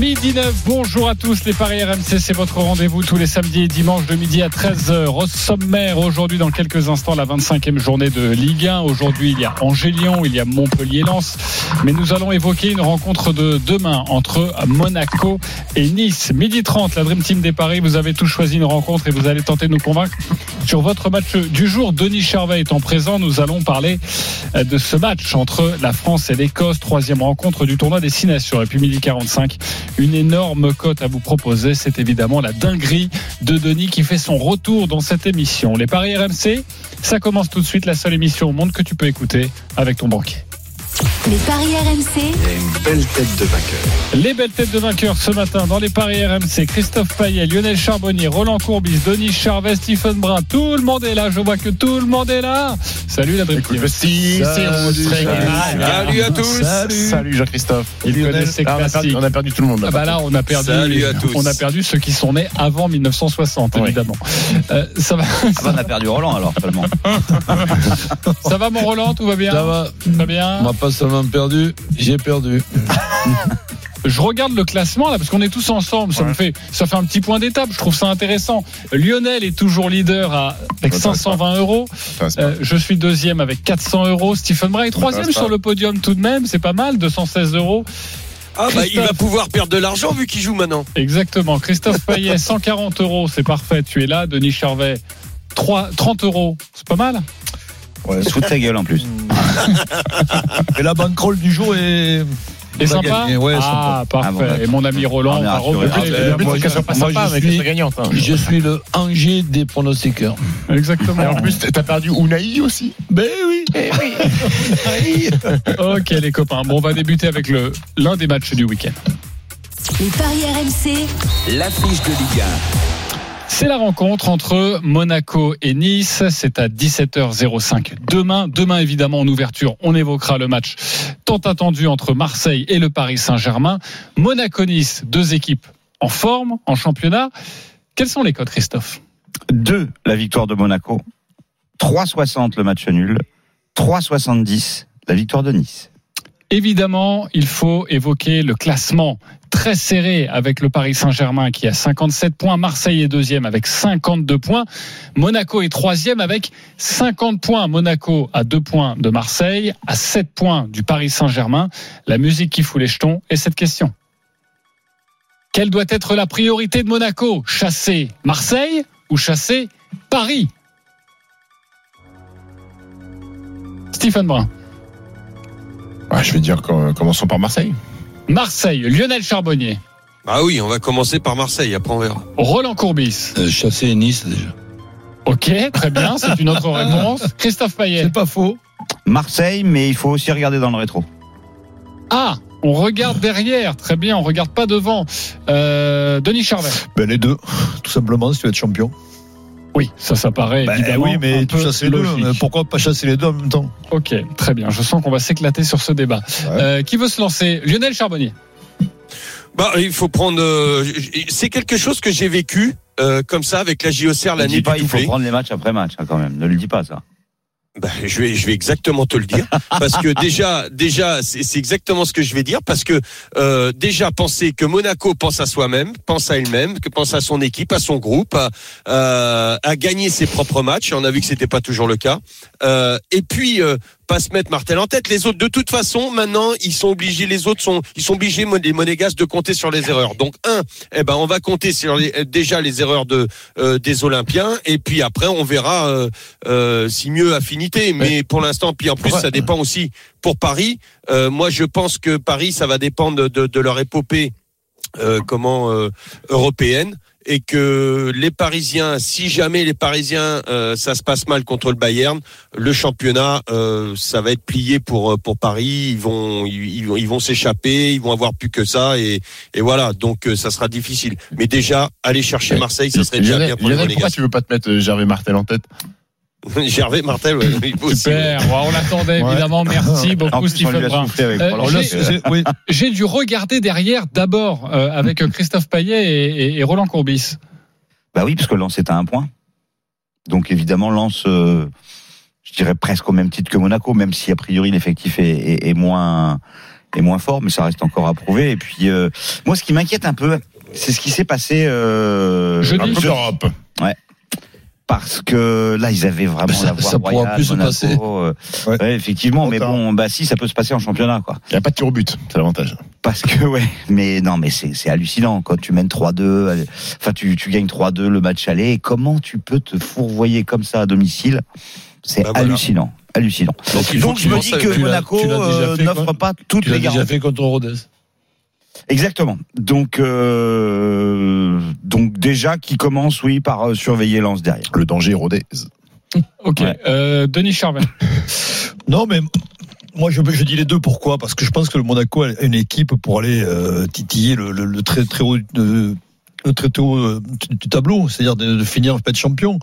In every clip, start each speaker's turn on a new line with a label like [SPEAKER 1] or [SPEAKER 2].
[SPEAKER 1] Midi 9, bonjour à tous les Paris RMC, c'est votre rendez-vous tous les samedis et dimanches de midi à 13h au sommaire. Aujourd'hui, dans quelques instants, la 25e journée de Ligue 1. Aujourd'hui, il y a Angers-Lyon, il y a Montpellier-Lens. Mais nous allons évoquer une rencontre de demain entre Monaco et Nice. Midi 30, la Dream Team des Paris, vous avez tous choisi une rencontre et vous allez tenter de nous convaincre sur votre match du jour. Denis Charvet étant présent, nous allons parler de ce match entre la France et l'Écosse, troisième rencontre du tournoi des Six Nations. Et puis midi 45, une énorme cote à vous proposer. C'est évidemment la dinguerie de Denis qui fait son retour dans cette émission. Les Paris RMC, ça commence tout de suite, la seule émission au monde que tu peux écouter avec ton banquier.
[SPEAKER 2] Les Paris RMC,
[SPEAKER 1] Les belles têtes de vainqueurs ce matin dans les paris RMC. Christophe Payet, Lionel Charbonnier, Roland Courbis, Denis Charvet, Stephen Brun. Tout le monde est là. Je vois que tout le monde est là. Salut la Dream Team.
[SPEAKER 3] Salut à tous
[SPEAKER 4] Salut Jean-Christophe.
[SPEAKER 1] Ils connaissent ces
[SPEAKER 4] Ah, on, a perdu,
[SPEAKER 1] classiques.
[SPEAKER 4] on a perdu tout le monde. là.
[SPEAKER 1] Ah bah là, on a perdu.
[SPEAKER 3] Salut à tous.
[SPEAKER 1] On a perdu ceux qui sont nés avant 1960,
[SPEAKER 4] Oui.
[SPEAKER 1] évidemment. Euh, ça va,
[SPEAKER 5] on a perdu Roland alors, seulement.
[SPEAKER 1] ça va, mon Roland Tout va bien
[SPEAKER 6] Ça va,
[SPEAKER 1] Très bien.
[SPEAKER 6] on m'a pas seulement perdu, j'ai perdu.
[SPEAKER 1] Je regarde le classement là parce qu'on est tous ensemble. Ça me fait, ça fait un petit point d'étape. Je trouve ça intéressant. Lionel est toujours leader à, avec
[SPEAKER 4] Ouais,
[SPEAKER 1] 520 euros.
[SPEAKER 4] T'intéresse pas.
[SPEAKER 1] Euh, je suis deuxième avec 400 euros. Stephen Bray est troisième
[SPEAKER 4] passe pas.
[SPEAKER 1] sur le podium tout de même. C'est pas mal, 216 euros.
[SPEAKER 3] Ah bah il
[SPEAKER 1] Christophe.
[SPEAKER 3] va pouvoir perdre de l'argent vu qu'il joue maintenant.
[SPEAKER 1] Exactement. Christophe Payet, 140 euros. C'est parfait. Tu es là. Denis Charvet, 3, 30 euros. C'est pas mal.
[SPEAKER 5] Ouais, se fout de ta gueule en plus.
[SPEAKER 6] Et la bankroll du jour est. On a
[SPEAKER 1] Et sympa.
[SPEAKER 6] gagné, ouais,
[SPEAKER 1] ah, parfait.
[SPEAKER 5] Ah bon, d'accord.
[SPEAKER 1] Et mon ami Roland
[SPEAKER 5] On est
[SPEAKER 1] va
[SPEAKER 5] rassuré.
[SPEAKER 1] remonter,
[SPEAKER 5] Ah, bah,
[SPEAKER 1] évidemment.
[SPEAKER 4] but,
[SPEAKER 6] moi,
[SPEAKER 4] c'est
[SPEAKER 6] je-
[SPEAKER 4] pas
[SPEAKER 6] moi,
[SPEAKER 4] sympa,
[SPEAKER 6] je
[SPEAKER 4] mais
[SPEAKER 6] suis-
[SPEAKER 4] c'est gagnante. hein.
[SPEAKER 6] Je suis le Angers des pronostiqueurs.
[SPEAKER 1] Exactement.
[SPEAKER 4] Et en plus, t'as perdu Unai aussi.
[SPEAKER 6] Ben oui,
[SPEAKER 1] Ok les copains, bon on va débuter avec le l'un des matchs du week-end.
[SPEAKER 2] les Paris RMC,
[SPEAKER 5] L'affiche de Ligue
[SPEAKER 1] C'est la rencontre entre Monaco et Nice, c'est à 17h05 demain. Demain évidemment en ouverture, on évoquera le match tant attendu entre Marseille et le Paris Saint-Germain. Monaco-Nice, deux équipes en forme, en championnat. Quels sont les codes Christophe
[SPEAKER 5] 1. 2, la victoire de Monaco. 3,60 le match nul. 3,70 la victoire de Nice.
[SPEAKER 1] Évidemment, il faut évoquer le classement très serré avec le Paris Saint-Germain qui a 57 points, Marseille est deuxième avec 52 points, Monaco est troisième avec 50 points. Monaco à 2 points de Marseille, à 7 points du Paris Saint-Germain. La musique qui fout les jetons est cette question. Quelle doit être la priorité de Monaco Chasser Marseille ou chasser Paris Stephen Brun.
[SPEAKER 4] Ouais, je vais dire, qu'en-
[SPEAKER 6] euh,
[SPEAKER 4] commençons par Marseille.
[SPEAKER 1] Marseille, Lionel Charbonnier,
[SPEAKER 3] Bah oui, on va commencer par Marseille, après on verra.
[SPEAKER 1] Roland Courbis.
[SPEAKER 6] Euh, Chasser Nice déjà.
[SPEAKER 1] Ok, très bien, c'est une autre réponse. Christophe Payet.
[SPEAKER 6] C'est pas faux.
[SPEAKER 5] Marseille, mais il faut aussi regarder dans le rétro.
[SPEAKER 1] Ah, on regarde derrière, très bien, on regarde pas devant. Euh, Denis Charvet.
[SPEAKER 6] Ben les deux, tout simplement, si tu veux être champion.
[SPEAKER 1] Oui, ça, ça paraît
[SPEAKER 5] Bah,
[SPEAKER 6] Ben
[SPEAKER 1] évidemment
[SPEAKER 6] oui,
[SPEAKER 1] un
[SPEAKER 6] mais tu
[SPEAKER 1] peu
[SPEAKER 6] chasses les deux.
[SPEAKER 1] logique.
[SPEAKER 6] mais Pourquoi pas chasser les deux en même temps
[SPEAKER 1] Ok, très bien, je sens qu'on va s'éclater sur ce débat.
[SPEAKER 4] Ouais.
[SPEAKER 1] Euh, qui veut se lancer Lionel Charbonnier.
[SPEAKER 3] Bah il faut prendre... euh, j- j- c'est quelque chose que j'ai vécu euh, comme ça avec la JOCR
[SPEAKER 5] Ne
[SPEAKER 3] l'année
[SPEAKER 5] dis
[SPEAKER 3] du
[SPEAKER 5] pas, il faut
[SPEAKER 3] doublé.
[SPEAKER 5] prendre les matchs après match hein, quand même. Ne le dis pas ça.
[SPEAKER 3] Bah, je, vais, je vais exactement te le dire. Parce que déjà, déjà c'est c'est exactement ce que je vais dire. Parce que euh, déjà, penser que Monaco pense à soi-même, pense à elle-même, que pense à son équipe, à son groupe, à, euh, à gagner ses propres matchs. On a vu que c'était pas toujours le cas. Euh, et puis, euh, pas se mettre Martel en tête. Les autres, de toute façon, maintenant, ils sont obligés, les autres sont, ils sont obligés, mon- les monégasques, de compter sur les erreurs. Donc, un, eh ben, on va compter sur les, euh, déjà les erreurs de, euh, des Olympiens. Et puis après, on verra euh, euh, si mieux affinité. Mais pour l'instant, puis en plus,
[SPEAKER 6] Ouais.
[SPEAKER 3] ça dépend aussi pour Paris. Euh, moi, je pense que Paris, ça va dépendre de, de leur épopée euh, comment euh, européenne et que les Parisiens, si jamais les Parisiens, euh, ça se passe mal contre le Bayern, le championnat, euh, ça va être plié pour euh, pour Paris. Ils vont ils, ils vont ils vont s'échapper, ils vont avoir plus que ça et et voilà. Donc euh, ça sera difficile. Mais déjà aller chercher Marseille, ça serait déjà
[SPEAKER 4] Lionel,
[SPEAKER 3] bien pour
[SPEAKER 4] Lionel,
[SPEAKER 3] les
[SPEAKER 4] pourquoi
[SPEAKER 3] gars.
[SPEAKER 4] tu veux pas te mettre euh, Gervais Martel en tête
[SPEAKER 3] Gervais Martel, ouais, il faut aussi-
[SPEAKER 1] Super, on l'attendait
[SPEAKER 4] Ouais.
[SPEAKER 1] évidemment. Merci
[SPEAKER 5] En
[SPEAKER 1] beaucoup,
[SPEAKER 5] plus, on
[SPEAKER 1] Stephen
[SPEAKER 5] lui a
[SPEAKER 1] Brun.
[SPEAKER 5] soufflé avec.
[SPEAKER 1] Euh,
[SPEAKER 5] Alors là,
[SPEAKER 1] j'ai-
[SPEAKER 5] c'est-
[SPEAKER 6] oui.
[SPEAKER 1] J'ai dû regarder derrière d'abord euh, avec Christophe Payet et, et- et Roland Courbis.
[SPEAKER 5] Bah oui, parce que Lens est à un point. Donc évidemment, Lens, euh, je dirais presque au même titre que Monaco, même si a priori l'effectif est, est- est moins est moins fort, mais ça reste encore à prouver. Et puis euh, moi, ce qui m'inquiète un peu, c'est ce qui s'est passé euh,
[SPEAKER 1] Jeudi.
[SPEAKER 4] Un peu d'Europe.
[SPEAKER 5] parce que là, ils avaient vraiment
[SPEAKER 6] Bah, ça-
[SPEAKER 5] la voie
[SPEAKER 6] ça pourra
[SPEAKER 5] royale,
[SPEAKER 6] plus se
[SPEAKER 5] Monaco,
[SPEAKER 6] passer.
[SPEAKER 5] euh,
[SPEAKER 4] Ouais.
[SPEAKER 5] ouais, effectivement,
[SPEAKER 4] Trop
[SPEAKER 5] mais
[SPEAKER 4] tard.
[SPEAKER 5] bon, bah si, ça peut se passer en championnat, quoi.
[SPEAKER 4] Il n'y a pas de tir au but, c'est l'avantage.
[SPEAKER 5] Parce que ouais, mais non, mais c'est c'est hallucinant quand tu mènes 3-2, euh, enfin tu, tu gagnes 3-2 le match aller. et Comment tu peux te fourvoyer comme ça à domicile C'est
[SPEAKER 3] Bah voilà.
[SPEAKER 5] hallucinant, hallucinant.
[SPEAKER 3] Donc, il faut
[SPEAKER 5] Donc
[SPEAKER 3] qu'il
[SPEAKER 5] je me
[SPEAKER 3] commence
[SPEAKER 5] dis
[SPEAKER 3] avec-
[SPEAKER 5] que
[SPEAKER 6] tu l'as-
[SPEAKER 5] Monaco
[SPEAKER 6] tu l'as déjà
[SPEAKER 5] euh,
[SPEAKER 6] fait,
[SPEAKER 5] n'offre
[SPEAKER 6] quoi.
[SPEAKER 5] pas toutes
[SPEAKER 6] Tu l'as
[SPEAKER 5] les
[SPEAKER 6] déjà
[SPEAKER 5] garanties.
[SPEAKER 6] fait contre Rodez.
[SPEAKER 5] Exactement. Donc euh, donc déjà qui commence oui par euh, surveiller Lance derrière.
[SPEAKER 4] Le danger est rodé.
[SPEAKER 1] Ok,
[SPEAKER 5] Ouais.
[SPEAKER 1] euh, Denis Charvet.
[SPEAKER 6] Non, mais moi, je, je dis les deux. Pourquoi Parce que je pense que le Monaco a une équipe pour aller euh, titiller le, le- le très très haut. euh, le très très haut euh, du, du tableau, c'est-à-dire de, de finir peut-être champion.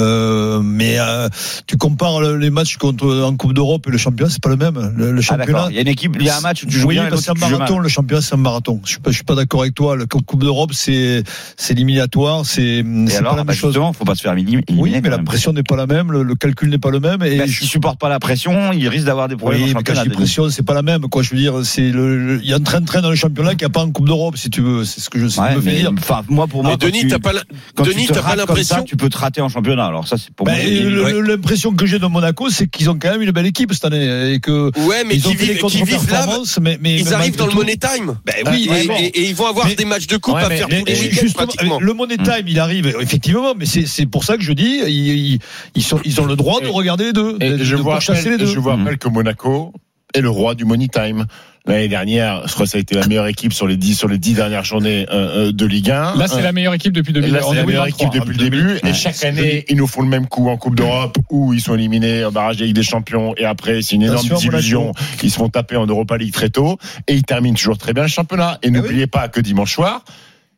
[SPEAKER 6] Euh, mais euh, tu compares le- les matchs contre en Coupe d'Europe et le championnat, c'est pas le même. Le, le
[SPEAKER 5] Ah
[SPEAKER 6] championnat,
[SPEAKER 5] d'accord. Il y a une équipe, il y a un match où tu joues
[SPEAKER 6] oui,
[SPEAKER 5] bien et
[SPEAKER 6] parce
[SPEAKER 5] l'autre
[SPEAKER 6] que
[SPEAKER 5] tu
[SPEAKER 6] c'est un
[SPEAKER 5] joues
[SPEAKER 6] marathon,
[SPEAKER 5] mal.
[SPEAKER 6] le championnat, c'est un marathon. Je suis pas, je suis pas d'accord avec toi. La Coupe Coupe d'Europe, c'est, c'est éliminatoire, c'est,
[SPEAKER 5] Et
[SPEAKER 6] c'est pas
[SPEAKER 5] alors,
[SPEAKER 6] la
[SPEAKER 5] bah,
[SPEAKER 6] même chose.
[SPEAKER 5] justement, faut pas se faire éliminer.
[SPEAKER 6] Oui, mais
[SPEAKER 5] quand
[SPEAKER 6] la
[SPEAKER 5] même.
[SPEAKER 6] pression n'est pas la même, le, le calcul n'est pas le même. Et
[SPEAKER 5] Bah,
[SPEAKER 6] je-
[SPEAKER 5] s'il supporte pas la pression, il risque d'avoir des problèmes
[SPEAKER 6] oui,
[SPEAKER 5] en
[SPEAKER 6] mais quand je
[SPEAKER 5] championnat.
[SPEAKER 6] dis
[SPEAKER 5] Denis.
[SPEAKER 6] pression, c'est pas la même. Quoi, je veux dire, c'est le, le- il y a un train-train dans le championnat qu'il n'y a pas en Coupe d'Europe, si tu veux. C'est ce que je, ce que
[SPEAKER 5] Ouais,
[SPEAKER 6] je me fais
[SPEAKER 5] mais,
[SPEAKER 6] dire.
[SPEAKER 5] enfin, moi, pour moi,
[SPEAKER 3] Mais
[SPEAKER 5] quand
[SPEAKER 3] Denis,
[SPEAKER 5] tu-
[SPEAKER 3] t'as pas la-
[SPEAKER 5] quand tu
[SPEAKER 3] Denis,
[SPEAKER 5] te
[SPEAKER 3] t'as pas
[SPEAKER 5] rates comme ça,
[SPEAKER 3] l'impression
[SPEAKER 5] tu peux te rater en championnat. Alors ça, c'est pour
[SPEAKER 6] Ben,
[SPEAKER 5] moi. c'est-
[SPEAKER 6] le-
[SPEAKER 3] ouais.
[SPEAKER 6] le- l'impression que j'ai de Monaco, c'est qu'ils ont quand même une belle équipe cette année et que
[SPEAKER 3] Ouais, mais
[SPEAKER 6] ils ont
[SPEAKER 3] qui
[SPEAKER 6] fait des
[SPEAKER 3] vivent, qui vivent là,
[SPEAKER 6] contre-performances, mais, mais
[SPEAKER 3] ils
[SPEAKER 6] mais
[SPEAKER 3] arrivent dans le
[SPEAKER 6] malgré
[SPEAKER 3] Money Time. Bah
[SPEAKER 6] tout-
[SPEAKER 3] Oui,
[SPEAKER 6] Ouais,
[SPEAKER 3] et,
[SPEAKER 6] bon.
[SPEAKER 3] et- et ils vont avoir
[SPEAKER 6] Mais-
[SPEAKER 3] des matchs de coupe
[SPEAKER 6] Ouais,
[SPEAKER 3] à
[SPEAKER 6] mais
[SPEAKER 3] faire
[SPEAKER 6] les-
[SPEAKER 3] tous les
[SPEAKER 6] les-
[SPEAKER 3] week-ends
[SPEAKER 6] justement,
[SPEAKER 3] pratiquement.
[SPEAKER 6] Le
[SPEAKER 1] Hmm.
[SPEAKER 6] Money Time, il arrive, effectivement, mais c'est c'est pour ça que je dis, ils, ils- ils sont, ils ont le droit de
[SPEAKER 4] Et-
[SPEAKER 6] regarder les deux.
[SPEAKER 4] Et
[SPEAKER 6] de-
[SPEAKER 4] je
[SPEAKER 6] de
[SPEAKER 4] vous
[SPEAKER 6] pourchasser
[SPEAKER 4] rappelle,
[SPEAKER 6] les deux.
[SPEAKER 4] je vous rappelle que Monaco est le roi du money time. L'année dernière, je crois que ça a été la meilleure équipe sur les 10 sur les dix dernières journées euh, euh, de Ligue 1.
[SPEAKER 1] Là, c'est la meilleure équipe depuis 2000.
[SPEAKER 4] Là,
[SPEAKER 1] en
[SPEAKER 4] c'est la meilleure
[SPEAKER 1] 2023.
[SPEAKER 4] équipe depuis le début. Et chaque année, ils nous font le même coup en Coupe d'Europe où ils sont éliminés en barrage de Ligue des Champions. Et après, c'est une énorme
[SPEAKER 6] Attention,
[SPEAKER 4] désillusion. Ils se font taper en Europa League très tôt. Et ils terminent toujours très bien le championnat. Et n'oubliez pas que dimanche soir,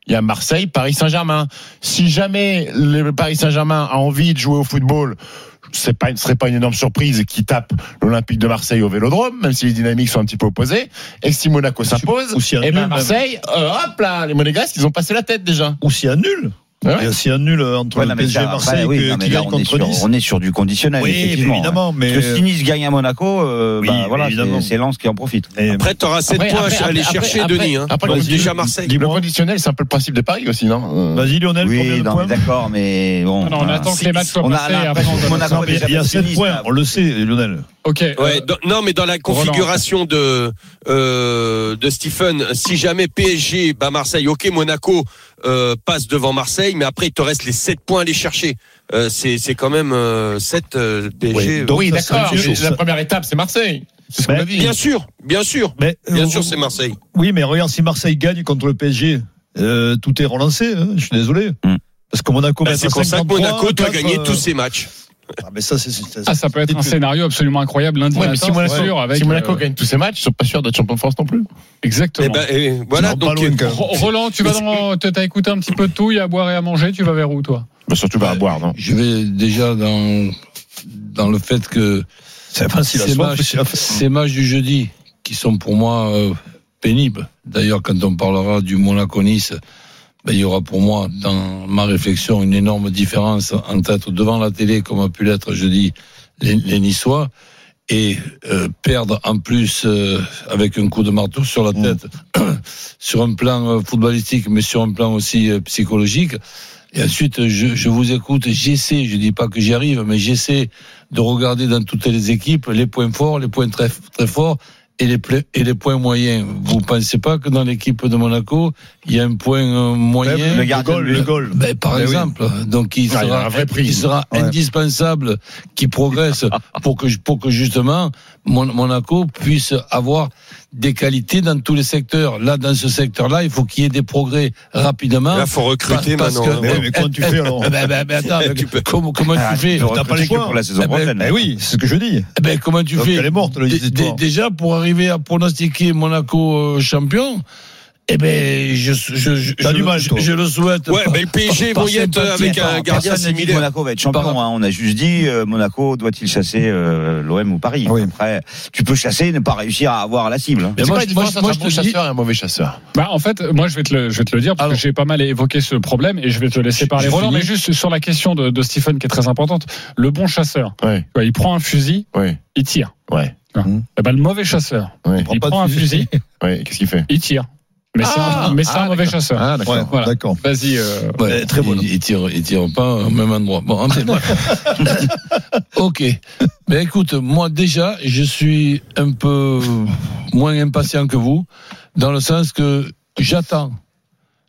[SPEAKER 4] il y a Marseille, Paris Saint-Germain. Si jamais le Paris Saint-Germain a envie de jouer au football, c'est pas, ce serait pas une énorme surprise qui tape l'Olympique de Marseille au Vélodrome, même si les dynamiques sont un petit peu opposées. Et si Monaco s'impose,
[SPEAKER 6] Ou si un
[SPEAKER 4] et
[SPEAKER 6] nul,
[SPEAKER 4] ben
[SPEAKER 6] même.
[SPEAKER 4] Marseille, euh, hop là, les Monégasques, ils ont passé la tête déjà.
[SPEAKER 6] Ou s'il y a nul.
[SPEAKER 4] Ouais.
[SPEAKER 6] Il y a- S'il y a nul euh, entre
[SPEAKER 5] Ouais, non,
[SPEAKER 6] le
[SPEAKER 5] mais
[SPEAKER 6] PSG et
[SPEAKER 5] ça, après,
[SPEAKER 6] Marseille
[SPEAKER 5] oui,
[SPEAKER 6] que-
[SPEAKER 5] non, mais
[SPEAKER 6] qui
[SPEAKER 5] là,
[SPEAKER 6] gagne
[SPEAKER 5] on, est
[SPEAKER 6] contre
[SPEAKER 5] sur,
[SPEAKER 6] Nice.
[SPEAKER 5] on est sur du conditionnel.
[SPEAKER 6] Oui, mais
[SPEAKER 5] effectivement. hein.
[SPEAKER 6] évidemment, mais. euh,
[SPEAKER 5] Parce que si Nice gagne à Monaco, euh,
[SPEAKER 6] Oui,
[SPEAKER 5] bah, voilà,
[SPEAKER 6] évidemment.
[SPEAKER 5] c'est- c'est Lens qui en profite.
[SPEAKER 6] Et-
[SPEAKER 3] Après, t'auras 7
[SPEAKER 4] Après,
[SPEAKER 3] points
[SPEAKER 4] après,
[SPEAKER 3] à aller
[SPEAKER 4] après,
[SPEAKER 3] chercher,
[SPEAKER 4] après,
[SPEAKER 3] Denis. hein.
[SPEAKER 4] après,
[SPEAKER 3] Donc,
[SPEAKER 4] le-
[SPEAKER 3] déjà Marseille.
[SPEAKER 4] Le conditionnel, c'est un peu le principe de Paris aussi, non Euh,
[SPEAKER 6] Vas-y Lionel, combien
[SPEAKER 5] Oui,
[SPEAKER 6] de
[SPEAKER 5] non, mais
[SPEAKER 6] points
[SPEAKER 5] d'accord, mais bon.
[SPEAKER 1] Non, non, on
[SPEAKER 5] voilà.
[SPEAKER 1] attend que les matchs soient
[SPEAKER 5] On a
[SPEAKER 1] passés et après
[SPEAKER 5] l'impression
[SPEAKER 1] on
[SPEAKER 5] que
[SPEAKER 1] va-
[SPEAKER 5] Monaco
[SPEAKER 6] Non,
[SPEAKER 5] est
[SPEAKER 6] mais
[SPEAKER 5] déjà
[SPEAKER 6] Il y a 7
[SPEAKER 5] pessimiste,
[SPEAKER 6] points,
[SPEAKER 5] là.
[SPEAKER 6] on le sait Lionel.
[SPEAKER 1] Ok. euh,
[SPEAKER 3] Ouais, dans- non, mais dans la configuration de euh, de Stephen, si jamais PSG bat Marseille, ok, Monaco euh, passe devant Marseille, mais après il te reste les 7 points à aller chercher. Euh, c'est c'est quand même euh, 7 PSG.
[SPEAKER 6] Oui, donc
[SPEAKER 4] oui,
[SPEAKER 6] ça, c'est
[SPEAKER 4] d'accord.
[SPEAKER 6] une chose.
[SPEAKER 4] La première étape, c'est Marseille. C'est ce qu'on
[SPEAKER 6] Ben,
[SPEAKER 4] a dit.
[SPEAKER 3] Bien sûr, bien sûr,
[SPEAKER 6] Mais,
[SPEAKER 3] bien
[SPEAKER 6] euh,
[SPEAKER 3] sûr, c'est Marseille.
[SPEAKER 6] Oui, mais regarde, si Marseille gagne contre le PSG, euh, tout est relancé, hein, je suis désolé.
[SPEAKER 5] Hmm.
[SPEAKER 6] Parce que Monaco
[SPEAKER 3] Bah,
[SPEAKER 6] va
[SPEAKER 3] c'est
[SPEAKER 6] faire
[SPEAKER 3] pour ça que
[SPEAKER 6] 53,
[SPEAKER 3] Monaco doit
[SPEAKER 6] quatre,
[SPEAKER 3] gagner
[SPEAKER 6] euh,
[SPEAKER 3] tous ses matchs.
[SPEAKER 6] Ah, mais ça, c'est. c'est-
[SPEAKER 1] Ah, ça peut être un scénario absolument incroyable lundi
[SPEAKER 4] Ouais, mais
[SPEAKER 1] matin,
[SPEAKER 4] si Monaco,
[SPEAKER 1] c'est sûr, avec,
[SPEAKER 4] si Monaco
[SPEAKER 1] euh,
[SPEAKER 4] gagne tous ses matchs, ils sont pas sûrs d'être champion de France non plus.
[SPEAKER 1] Exactement.
[SPEAKER 3] Eh ben, eh, voilà,
[SPEAKER 6] Non, pas
[SPEAKER 3] donc
[SPEAKER 6] loin, quand même.
[SPEAKER 1] Ro- Roland, tu vas dans, t'as écouté un petit peu de tout, il y a à boire et à manger, tu vas vers où toi
[SPEAKER 4] Bah, surtout vers à boire, non
[SPEAKER 7] Je vais déjà dans, dans le fait que
[SPEAKER 6] C'est pas si la
[SPEAKER 7] ces,
[SPEAKER 6] soif,
[SPEAKER 7] matchs,
[SPEAKER 6] c'est la-
[SPEAKER 7] ces matchs du jeudi, qui sont pour moi euh, pénibles, d'ailleurs quand on parlera du Monaco-Nice, ben, il y aura pour moi, dans ma réflexion, une énorme différence entre être devant la télé, comme a pu l'être jeudi, les, les Niçois, et euh, perdre en plus euh, avec un coup de marteau sur
[SPEAKER 6] Mm.
[SPEAKER 7] la tête, sur un plan euh, footballistique, mais sur un plan aussi euh, psychologique. Et ensuite, je, je vous écoute, j'essaie, je dis pas que j'y arrive, mais j'essaie de regarder dans toutes les équipes les points forts, les points très, très forts et les, pla- et les points moyens. Vous pensez pas que dans l'équipe de Monaco, il y a un point euh, moyen
[SPEAKER 6] Même
[SPEAKER 5] Le
[SPEAKER 6] le,
[SPEAKER 5] gardien
[SPEAKER 6] goal,
[SPEAKER 5] de but.
[SPEAKER 6] le goal.
[SPEAKER 7] ben, par
[SPEAKER 6] Ben oui.
[SPEAKER 7] exemple, donc il
[SPEAKER 4] Ah, il y a
[SPEAKER 7] sera,
[SPEAKER 4] un vrai prix.
[SPEAKER 7] il sera
[SPEAKER 6] Ouais.
[SPEAKER 7] indispensable qu'il progresse pour que pour que justement Mon- Monaco puisse avoir des qualités dans tous les secteurs. Là, dans ce secteur-là, il faut qu'il y ait des progrès rapidement.
[SPEAKER 3] Là, faut recruter
[SPEAKER 7] Parce-
[SPEAKER 3] maintenant.
[SPEAKER 7] parce
[SPEAKER 3] hein.
[SPEAKER 7] que-
[SPEAKER 6] Mais, oui, mais comment tu fais alors
[SPEAKER 7] Eh ben, ben, ben, attends,
[SPEAKER 3] Tu peux-
[SPEAKER 7] comment, comment
[SPEAKER 5] Ah,
[SPEAKER 7] tu fais
[SPEAKER 5] tu dois
[SPEAKER 6] T'as pas le
[SPEAKER 5] recruter
[SPEAKER 6] choix.
[SPEAKER 5] que pour la saison
[SPEAKER 7] Eh ben,
[SPEAKER 4] hein.
[SPEAKER 5] prochaine.
[SPEAKER 6] Eh oui, c'est ce que je dis.
[SPEAKER 7] Eh ben, comment tu
[SPEAKER 6] Donc
[SPEAKER 7] fais
[SPEAKER 6] elle est morte, le
[SPEAKER 7] Dé-
[SPEAKER 6] l'histoire.
[SPEAKER 7] dé- Déjà, pour arriver à pronostiquer Monaco euh, champion, Eh ben, je, je, je,
[SPEAKER 6] T'as
[SPEAKER 7] je-
[SPEAKER 6] du mal,
[SPEAKER 7] je-
[SPEAKER 6] toi.
[SPEAKER 7] je le souhaite.
[SPEAKER 3] Ouais, mais le PSG
[SPEAKER 7] par
[SPEAKER 3] vont y être
[SPEAKER 7] sympathie,
[SPEAKER 3] avec un
[SPEAKER 5] Personne
[SPEAKER 3] gardien
[SPEAKER 5] n'a dit que
[SPEAKER 3] similaire.
[SPEAKER 5] Monaco va être champion.
[SPEAKER 7] Par-
[SPEAKER 5] hein. On a juste dit euh, Monaco doit-il chasser euh, l'OM ou Paris.
[SPEAKER 6] Oui.
[SPEAKER 5] Après, tu peux chasser et ne pas réussir à avoir la cible. hein.
[SPEAKER 7] Mais
[SPEAKER 4] C'est
[SPEAKER 7] moi,
[SPEAKER 4] pas la
[SPEAKER 7] je-
[SPEAKER 4] différence
[SPEAKER 7] moi,
[SPEAKER 4] entre un
[SPEAKER 7] je
[SPEAKER 4] bon
[SPEAKER 7] te dis-
[SPEAKER 4] chasseur et un mauvais chasseur.
[SPEAKER 1] Bah, en fait, moi, je vais te le, je vais te le dire parce
[SPEAKER 7] Alors.
[SPEAKER 1] que j'ai pas mal évoqué ce problème et je vais te laisser
[SPEAKER 7] Je-
[SPEAKER 1] parler,
[SPEAKER 7] je
[SPEAKER 1] Roland.
[SPEAKER 7] finis.
[SPEAKER 1] Mais juste sur la question de, de Stephen qui est très importante, le bon chasseur,
[SPEAKER 4] Ouais,
[SPEAKER 1] tu vois, il prend un fusil,
[SPEAKER 4] ouais,
[SPEAKER 1] il tire.
[SPEAKER 4] ouais, Mmh.
[SPEAKER 1] Eh ben, le mauvais chasseur,
[SPEAKER 4] ouais.
[SPEAKER 1] il
[SPEAKER 6] pas de
[SPEAKER 1] prend un
[SPEAKER 6] fusil.
[SPEAKER 1] fusil,
[SPEAKER 4] ouais. Qu'est-ce qu'il fait
[SPEAKER 1] il tire. Mais c'est un, mais c'est un mauvais chasseur.
[SPEAKER 4] Ah, d'accord.
[SPEAKER 6] Ouais,
[SPEAKER 1] Voilà.
[SPEAKER 6] d'accord.
[SPEAKER 1] Vas-y. euh,
[SPEAKER 7] Ouais,
[SPEAKER 6] Eh, très bon.
[SPEAKER 7] Ils, ils tirent, ils tirent pas au même endroit. Bon, enfin, bref. ok. Ben écoute, moi déjà, je suis un peu moins impatient que vous, dans le sens que j'attends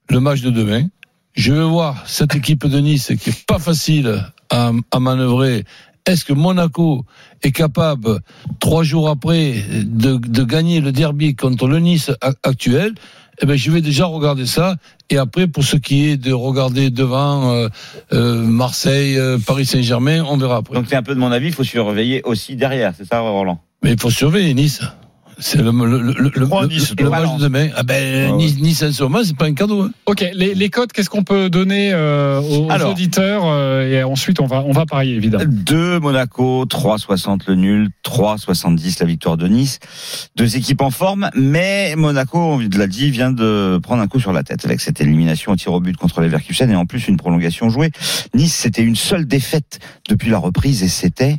[SPEAKER 7] le match de demain. Je veux voir cette équipe de Nice qui est pas facile à, à manœuvrer. Est-ce que Monaco est capable, trois jours après, de, de gagner le derby contre le Nice a- actuel Eh ben, je vais déjà regarder ça. Et après, pour ce qui est de regarder devant euh, euh, Marseille, euh, Paris Saint-Germain, on verra après.
[SPEAKER 5] Donc t'es un peu de mon avis, il faut surveiller aussi derrière, c'est ça Roland
[SPEAKER 7] Mais il faut surveiller Nice. C'est le, le, le, le,
[SPEAKER 4] Prends
[SPEAKER 7] le-
[SPEAKER 4] Nice,
[SPEAKER 7] le
[SPEAKER 5] toi.
[SPEAKER 7] match de demain. Ah ben, Nice, Nice en ce moment, c'est pas un cadeau. hein.
[SPEAKER 1] Ok, les, les codes, qu'est-ce qu'on peut donner euh, aux, aux
[SPEAKER 5] Alors.
[SPEAKER 1] auditeurs euh, et ensuite on va on va parier évidemment.
[SPEAKER 5] 2 Monaco, 3,60 le nul, 3,70 la victoire de Nice. Deux équipes en forme, mais Monaco, on l'a dit, vient de prendre un coup sur la tête avec cette élimination au tir au but contre les Verkusen et en plus une prolongation jouée. Nice, c'était une seule défaite depuis la reprise et c'était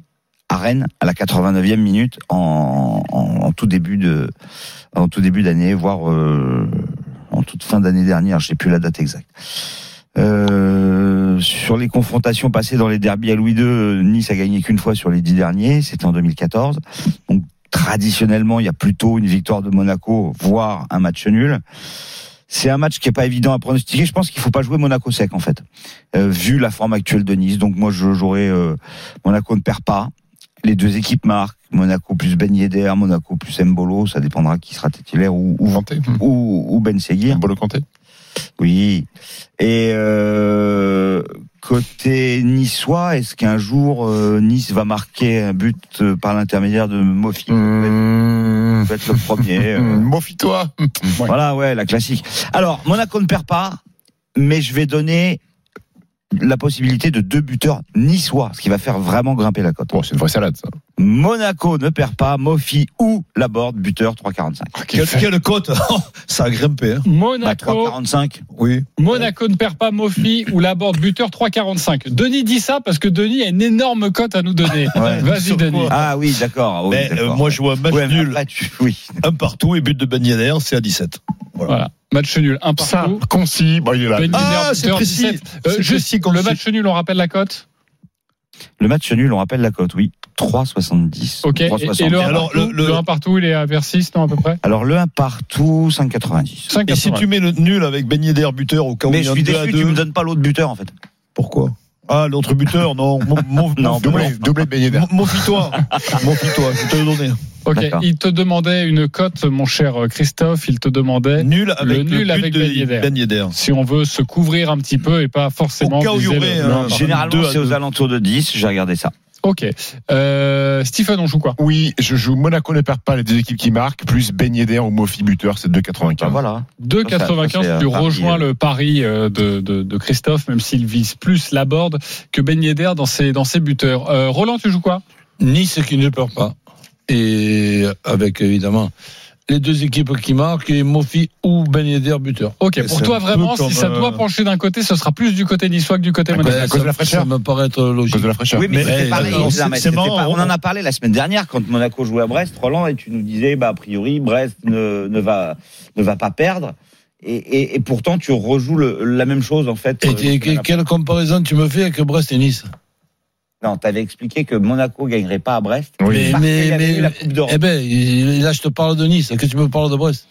[SPEAKER 5] à Rennes à la 89e minute en, en- en tout début de en tout début d'année, voire euh, en toute fin d'année dernière, je sais plus la date exacte. Euh, sur les confrontations passées dans les derbies à Louis II, Nice a gagné qu'une fois sur les dix derniers, c'était en 2014. Donc traditionnellement, il y a plutôt une victoire de Monaco, voire un match nul. C'est un match qui est pas évident à pronostiquer. Je pense qu'il faut pas jouer Monaco sec en fait, euh, vu la forme actuelle de Nice. Donc moi, je j'aurais euh, Monaco ne perd pas. Les deux équipes marquent. Monaco plus Ben Yedder, Monaco plus Mbolo, ça dépendra qui sera titulaire ou ou,
[SPEAKER 4] Vanté.
[SPEAKER 5] ou, ou Ben Seguir.
[SPEAKER 4] Bolo Kanté.
[SPEAKER 5] Oui. Et euh, côté niçois, est-ce qu'un jour euh, Nice va marquer un but euh, par l'intermédiaire de Mofi
[SPEAKER 4] Mmh.
[SPEAKER 5] Peut-être le premier. euh,
[SPEAKER 4] Mmh. Mofie-toi.
[SPEAKER 5] Voilà, ouais, la classique. Alors, Monaco ne perd pas, mais je vais donner la possibilité de deux buteurs niçois, ce qui va faire vraiment grimper la cote.
[SPEAKER 4] Bon, c'est une vraie salade, ça.
[SPEAKER 5] Monaco ne perd pas, Mofi ou Laborde, buteur 3,45.
[SPEAKER 6] Quelle, quelle cote Oh, Ça a grimpé. Hein.
[SPEAKER 5] Bah,
[SPEAKER 1] Monaco,
[SPEAKER 5] 3,45.
[SPEAKER 6] Oui.
[SPEAKER 1] Monaco ne perd pas Mofi ou l'aborde buteur 3,45. Denis dit ça parce que Denis a une énorme cote à nous donner.
[SPEAKER 5] Ouais.
[SPEAKER 1] Vas-y
[SPEAKER 6] Sur
[SPEAKER 1] Denis.
[SPEAKER 6] quoi
[SPEAKER 5] Ah oui, d'accord. oui,
[SPEAKER 6] Mais euh,
[SPEAKER 5] d'accord.
[SPEAKER 6] moi, je vois un match
[SPEAKER 5] Ouais, mais
[SPEAKER 6] nul,
[SPEAKER 5] après, tu- oui.
[SPEAKER 6] un partout et but de Ben Yedder, c'est à 17.
[SPEAKER 1] Voilà. Match nul, un
[SPEAKER 4] Ça,
[SPEAKER 1] partout.
[SPEAKER 4] concis. Bon, bah, il est là.
[SPEAKER 1] Ben
[SPEAKER 6] Ah,
[SPEAKER 1] Yedder,
[SPEAKER 6] c'est
[SPEAKER 1] buteur,
[SPEAKER 6] précis.
[SPEAKER 1] 17. Euh,
[SPEAKER 6] C'est
[SPEAKER 1] juste
[SPEAKER 6] précis, concis.
[SPEAKER 1] le match nul, on rappelle la cote.
[SPEAKER 5] Le match nul, on rappelle la cote, oui. 3,70.
[SPEAKER 1] Ok. Et,
[SPEAKER 5] 3,60.
[SPEAKER 1] et le,
[SPEAKER 6] Et
[SPEAKER 1] 1
[SPEAKER 6] alors,
[SPEAKER 1] partout,
[SPEAKER 6] le- le-
[SPEAKER 1] le un partout, il est à vers 6, non à peu près.
[SPEAKER 5] Alors le 1 partout, 5,90.
[SPEAKER 1] 5
[SPEAKER 6] Et si tu mets le nul avec Ben Yedder buteur au cas où
[SPEAKER 5] Mais
[SPEAKER 6] il y
[SPEAKER 5] je
[SPEAKER 6] a un
[SPEAKER 5] suis
[SPEAKER 6] 2 à
[SPEAKER 5] déçu, tu
[SPEAKER 6] 2,
[SPEAKER 5] me donnes pas l'autre buteur en fait.
[SPEAKER 6] pourquoi Ah, l'autre buteur, non. Mon, mon,
[SPEAKER 5] Non,
[SPEAKER 6] doublé.
[SPEAKER 4] Doublé, doublé de Ben Yedder.
[SPEAKER 6] Mon- Monfie-toi. Monfie-toi, je vais te le donner.
[SPEAKER 1] Ok.
[SPEAKER 5] D'accord.
[SPEAKER 1] Il te demandait une cote, mon cher Christophe. Il te demandait
[SPEAKER 6] Nul avec le,
[SPEAKER 1] nul
[SPEAKER 6] but
[SPEAKER 1] avec
[SPEAKER 6] de
[SPEAKER 1] Ben Yedder.
[SPEAKER 6] Ben Yedder.
[SPEAKER 1] si on veut se couvrir un petit peu et pas forcément.
[SPEAKER 6] Au cas où il y
[SPEAKER 1] viser
[SPEAKER 6] aurait
[SPEAKER 1] le-
[SPEAKER 5] euh,
[SPEAKER 6] un-
[SPEAKER 1] le un partout.
[SPEAKER 5] Généralement,
[SPEAKER 6] deux à
[SPEAKER 5] c'est aux
[SPEAKER 6] deux.
[SPEAKER 5] alentours de 10, j'ai regardé ça.
[SPEAKER 1] Ok. Euh, Stephen, on joue quoi
[SPEAKER 4] Oui, je joue Monaco ne perd pas les deux équipes qui marquent, plus Ben Yedder ou Mofi buteur, c'est 2,95.
[SPEAKER 5] Bah, voilà. Ça,
[SPEAKER 1] 2,95,
[SPEAKER 5] c'est un
[SPEAKER 1] tu
[SPEAKER 5] pari,
[SPEAKER 1] rejoins
[SPEAKER 5] euh.
[SPEAKER 1] le pari euh, de, de, de Christophe, même s'il vise plus la board que Ben Yedder dans ses, dans ses buteurs. Euh, Roland, tu joues quoi
[SPEAKER 7] Nice qui ne perd pas. Et avec, évidemment, les deux équipes qui marquent et Mofi ou Ben Yedder buteur.
[SPEAKER 1] Ok,
[SPEAKER 6] Et
[SPEAKER 1] pour
[SPEAKER 6] c'est
[SPEAKER 1] toi
[SPEAKER 6] un peu
[SPEAKER 1] vraiment, si
[SPEAKER 6] comme,
[SPEAKER 1] ça
[SPEAKER 6] euh,
[SPEAKER 1] doit pencher d'un côté, ce sera plus du côté niçois que du côté
[SPEAKER 4] cause-
[SPEAKER 1] monégasque.
[SPEAKER 4] à cause de la fraîcheur.
[SPEAKER 7] Ben, Ça me paraît être
[SPEAKER 4] À
[SPEAKER 7] logique.
[SPEAKER 4] cause de la fraîcheur.
[SPEAKER 5] Oui, mais
[SPEAKER 7] Mais,
[SPEAKER 5] c'était
[SPEAKER 7] euh,
[SPEAKER 5] pareil.
[SPEAKER 7] alors,
[SPEAKER 5] Zahmet,
[SPEAKER 6] c'est- c'est
[SPEAKER 5] c'était
[SPEAKER 6] marrant,
[SPEAKER 5] pas- on en
[SPEAKER 6] on-
[SPEAKER 5] a parlé la semaine dernière quand Monaco jouait à Brest, Roland, et tu nous disais, bah, a priori, Brest ne, ne, va, ne va pas perdre. Et, et, et pourtant, tu rejoues le- la même chose en fait.
[SPEAKER 7] Et,
[SPEAKER 5] euh,
[SPEAKER 7] et- et quelle comparaison tu me fais avec Brest et Nice
[SPEAKER 5] Non, t'avais expliqué que Monaco gagnerait pas à Brest.
[SPEAKER 7] Mais,
[SPEAKER 5] Parce qu'il
[SPEAKER 7] mais,
[SPEAKER 5] avait eu la
[SPEAKER 7] mais,
[SPEAKER 5] Coupe d'Europe.
[SPEAKER 7] eh ben, il- là, je te parle de Nice. Qu'est-ce que tu me parles de Brest